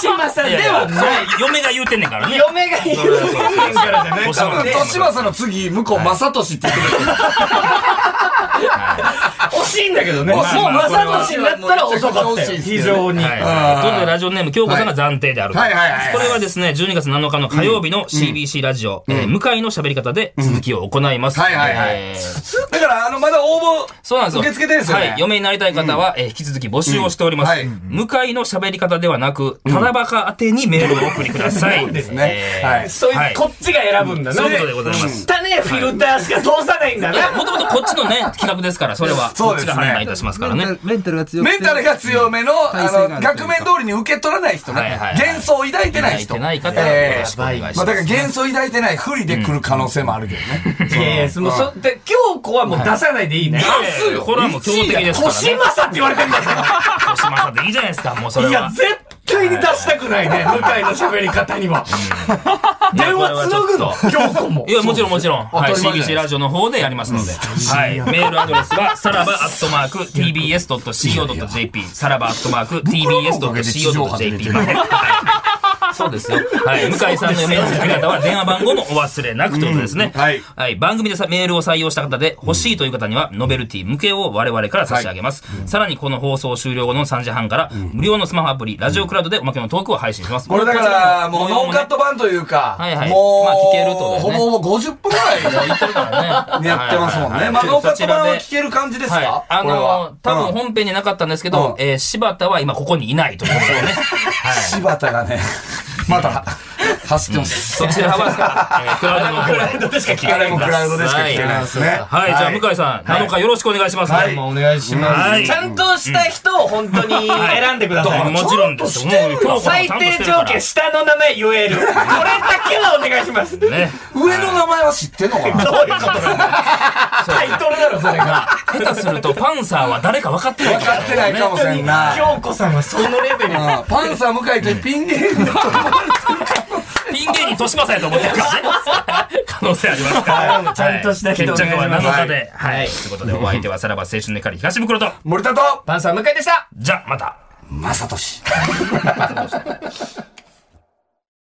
[SPEAKER 6] シマサ
[SPEAKER 3] いやい
[SPEAKER 6] で
[SPEAKER 3] や
[SPEAKER 6] はない。
[SPEAKER 3] それ嫁が言うてんねんからね。
[SPEAKER 6] 嫁が言うてんねんからじゃない。
[SPEAKER 3] おし
[SPEAKER 4] 多
[SPEAKER 3] ゃ
[SPEAKER 4] 分、
[SPEAKER 3] れ
[SPEAKER 4] 年政の次、向こう、正俊って言ってくれ る。
[SPEAKER 6] 惜しいんだけどね。もう、
[SPEAKER 4] まあまあ
[SPEAKER 6] マサトシになったら遅かったよ。非常に。
[SPEAKER 3] はい
[SPEAKER 4] あー
[SPEAKER 3] ということで、ラジオネーム、京子さんが暫定であると。
[SPEAKER 4] はいはいはいはい
[SPEAKER 3] これはですね、12月7日の火曜日の CBC ラジオ、えー向かいの喋り方で続きを行います。
[SPEAKER 4] はいはいはい
[SPEAKER 3] えー
[SPEAKER 4] だから、あの、まだ応募、
[SPEAKER 3] そうなんですよ。
[SPEAKER 4] 受け付けてるんですよね
[SPEAKER 3] はい。嫁になりたい方は、えー引き続き募集をしております。
[SPEAKER 4] うんはい
[SPEAKER 3] 向かいの喋り方ではなく、ただバカ宛てにメールをお送りください。そうです
[SPEAKER 4] ね。はい。
[SPEAKER 6] そう、
[SPEAKER 3] はいいう
[SPEAKER 6] こっちが選ぶんだな。
[SPEAKER 3] そういうことでございます。
[SPEAKER 6] 汚ねえフィルターしか通さないんだ
[SPEAKER 3] いや、
[SPEAKER 6] な。
[SPEAKER 3] もともとこっちのね、企画ですから、それは。
[SPEAKER 4] そうです
[SPEAKER 3] こ
[SPEAKER 4] ね
[SPEAKER 3] っちが判断いたしますからね。
[SPEAKER 5] メンタルメンタルが強くて
[SPEAKER 4] メンタルが強めの、あ
[SPEAKER 5] 性が
[SPEAKER 4] の、
[SPEAKER 5] あるというか
[SPEAKER 4] 額面通りに受け取らない人ね。
[SPEAKER 3] はいはいはい
[SPEAKER 4] 幻想を抱いてない人。
[SPEAKER 3] 抱いてない方はよろしくお願いします
[SPEAKER 4] まあだから幻想を抱いてない不利で来る可能性もあるけど ね。
[SPEAKER 6] いやいや、もう、そ、で、京子はもう出さないでいいね。
[SPEAKER 3] いやいやこれはもう強敵ですからね。
[SPEAKER 6] トシマサって言われてんだか
[SPEAKER 3] 年まさでいいじゃないですか、もうそれ
[SPEAKER 6] ら。
[SPEAKER 3] は。
[SPEAKER 6] いや、絶対に出したくないね。向井の喋り方には。電話つなぐの京子も
[SPEAKER 3] い。や、もちろんもちろん。はい、
[SPEAKER 4] 当たり前じゃない
[SPEAKER 3] CBC ラジオの方でやりますので。はい。メールアドレスは、さらばアットマーク tbs.co.jp、さらばアットマーク tbs.co.jp まで。はいそうですよ。はい。向井さんのメールの方は電話番号もお忘れなくということですね。
[SPEAKER 4] うんはい
[SPEAKER 3] はい。番組でさメールを採用した方で欲しいという方には、ノベルティ向けを我々から差し上げます。さらにこの放送終了後の3時半から、無料のスマホアプリ、ラジオクラウドでおまけのトークを配信します。
[SPEAKER 4] これだか
[SPEAKER 3] ち
[SPEAKER 4] ら、
[SPEAKER 3] の
[SPEAKER 4] もう
[SPEAKER 3] 模様
[SPEAKER 4] ノ
[SPEAKER 3] ね
[SPEAKER 4] ーカット版というか、
[SPEAKER 3] はいはい
[SPEAKER 4] もう、
[SPEAKER 3] まあ聞けるってことだよね
[SPEAKER 4] ほぼほぼ50分ぐらい
[SPEAKER 3] 言ってるからね。
[SPEAKER 4] やってますも
[SPEAKER 3] はい
[SPEAKER 4] ん
[SPEAKER 3] はい
[SPEAKER 4] ね。
[SPEAKER 3] はい
[SPEAKER 4] まあ、ノーカット版は
[SPEAKER 3] そちら
[SPEAKER 4] 聞
[SPEAKER 3] で
[SPEAKER 4] ける感じです
[SPEAKER 3] はい
[SPEAKER 4] か。
[SPEAKER 3] あ
[SPEAKER 4] これは
[SPEAKER 3] のー、多
[SPEAKER 4] う
[SPEAKER 3] 分
[SPEAKER 4] ん
[SPEAKER 3] 本編になかったんですけど、
[SPEAKER 4] うん
[SPEAKER 3] えー柴田は今ここにいないということでね。はい。
[SPEAKER 4] 柴田がね、また、走ってます。
[SPEAKER 13] そっちの幅ですか、えークラウドの方
[SPEAKER 6] ラウ ドでしか聞け
[SPEAKER 4] あ
[SPEAKER 6] な
[SPEAKER 4] れ
[SPEAKER 6] い
[SPEAKER 4] も
[SPEAKER 6] ん
[SPEAKER 4] ク
[SPEAKER 6] だ。
[SPEAKER 4] ラウドでしか聞けないですね。
[SPEAKER 13] はい、じゃあ向井さん、7日よろしくお願いしますね。
[SPEAKER 4] はい
[SPEAKER 13] もう
[SPEAKER 14] お願いしま
[SPEAKER 13] はい
[SPEAKER 6] ちゃんとした人を本当に選んでください。
[SPEAKER 3] もちろんです。もう今日
[SPEAKER 6] 最低条件、下の名前言える。これだけはお願いします。どういう
[SPEAKER 3] ね。
[SPEAKER 4] 上の名前は知ってんの かな
[SPEAKER 6] ことだタイトルだろ、それが。
[SPEAKER 3] 下手するとパンサーは誰か分かってない
[SPEAKER 4] 分かってないかもしれんな。うん
[SPEAKER 6] 京子さんはそのレベル。
[SPEAKER 4] パンサー向井というピン芸人 だと
[SPEAKER 3] ピン芸人としまさやと思ってるからね。可能性ありますからね。
[SPEAKER 6] ちゃんとした人
[SPEAKER 3] 決
[SPEAKER 6] を
[SPEAKER 3] 着は
[SPEAKER 6] お願いし
[SPEAKER 4] ます
[SPEAKER 3] 7日で。はい。ということで、お相手はさらば青春の光東袋と、
[SPEAKER 4] 森田と、
[SPEAKER 6] パンサー向井でした。
[SPEAKER 3] じゃ、また。
[SPEAKER 4] まさとし。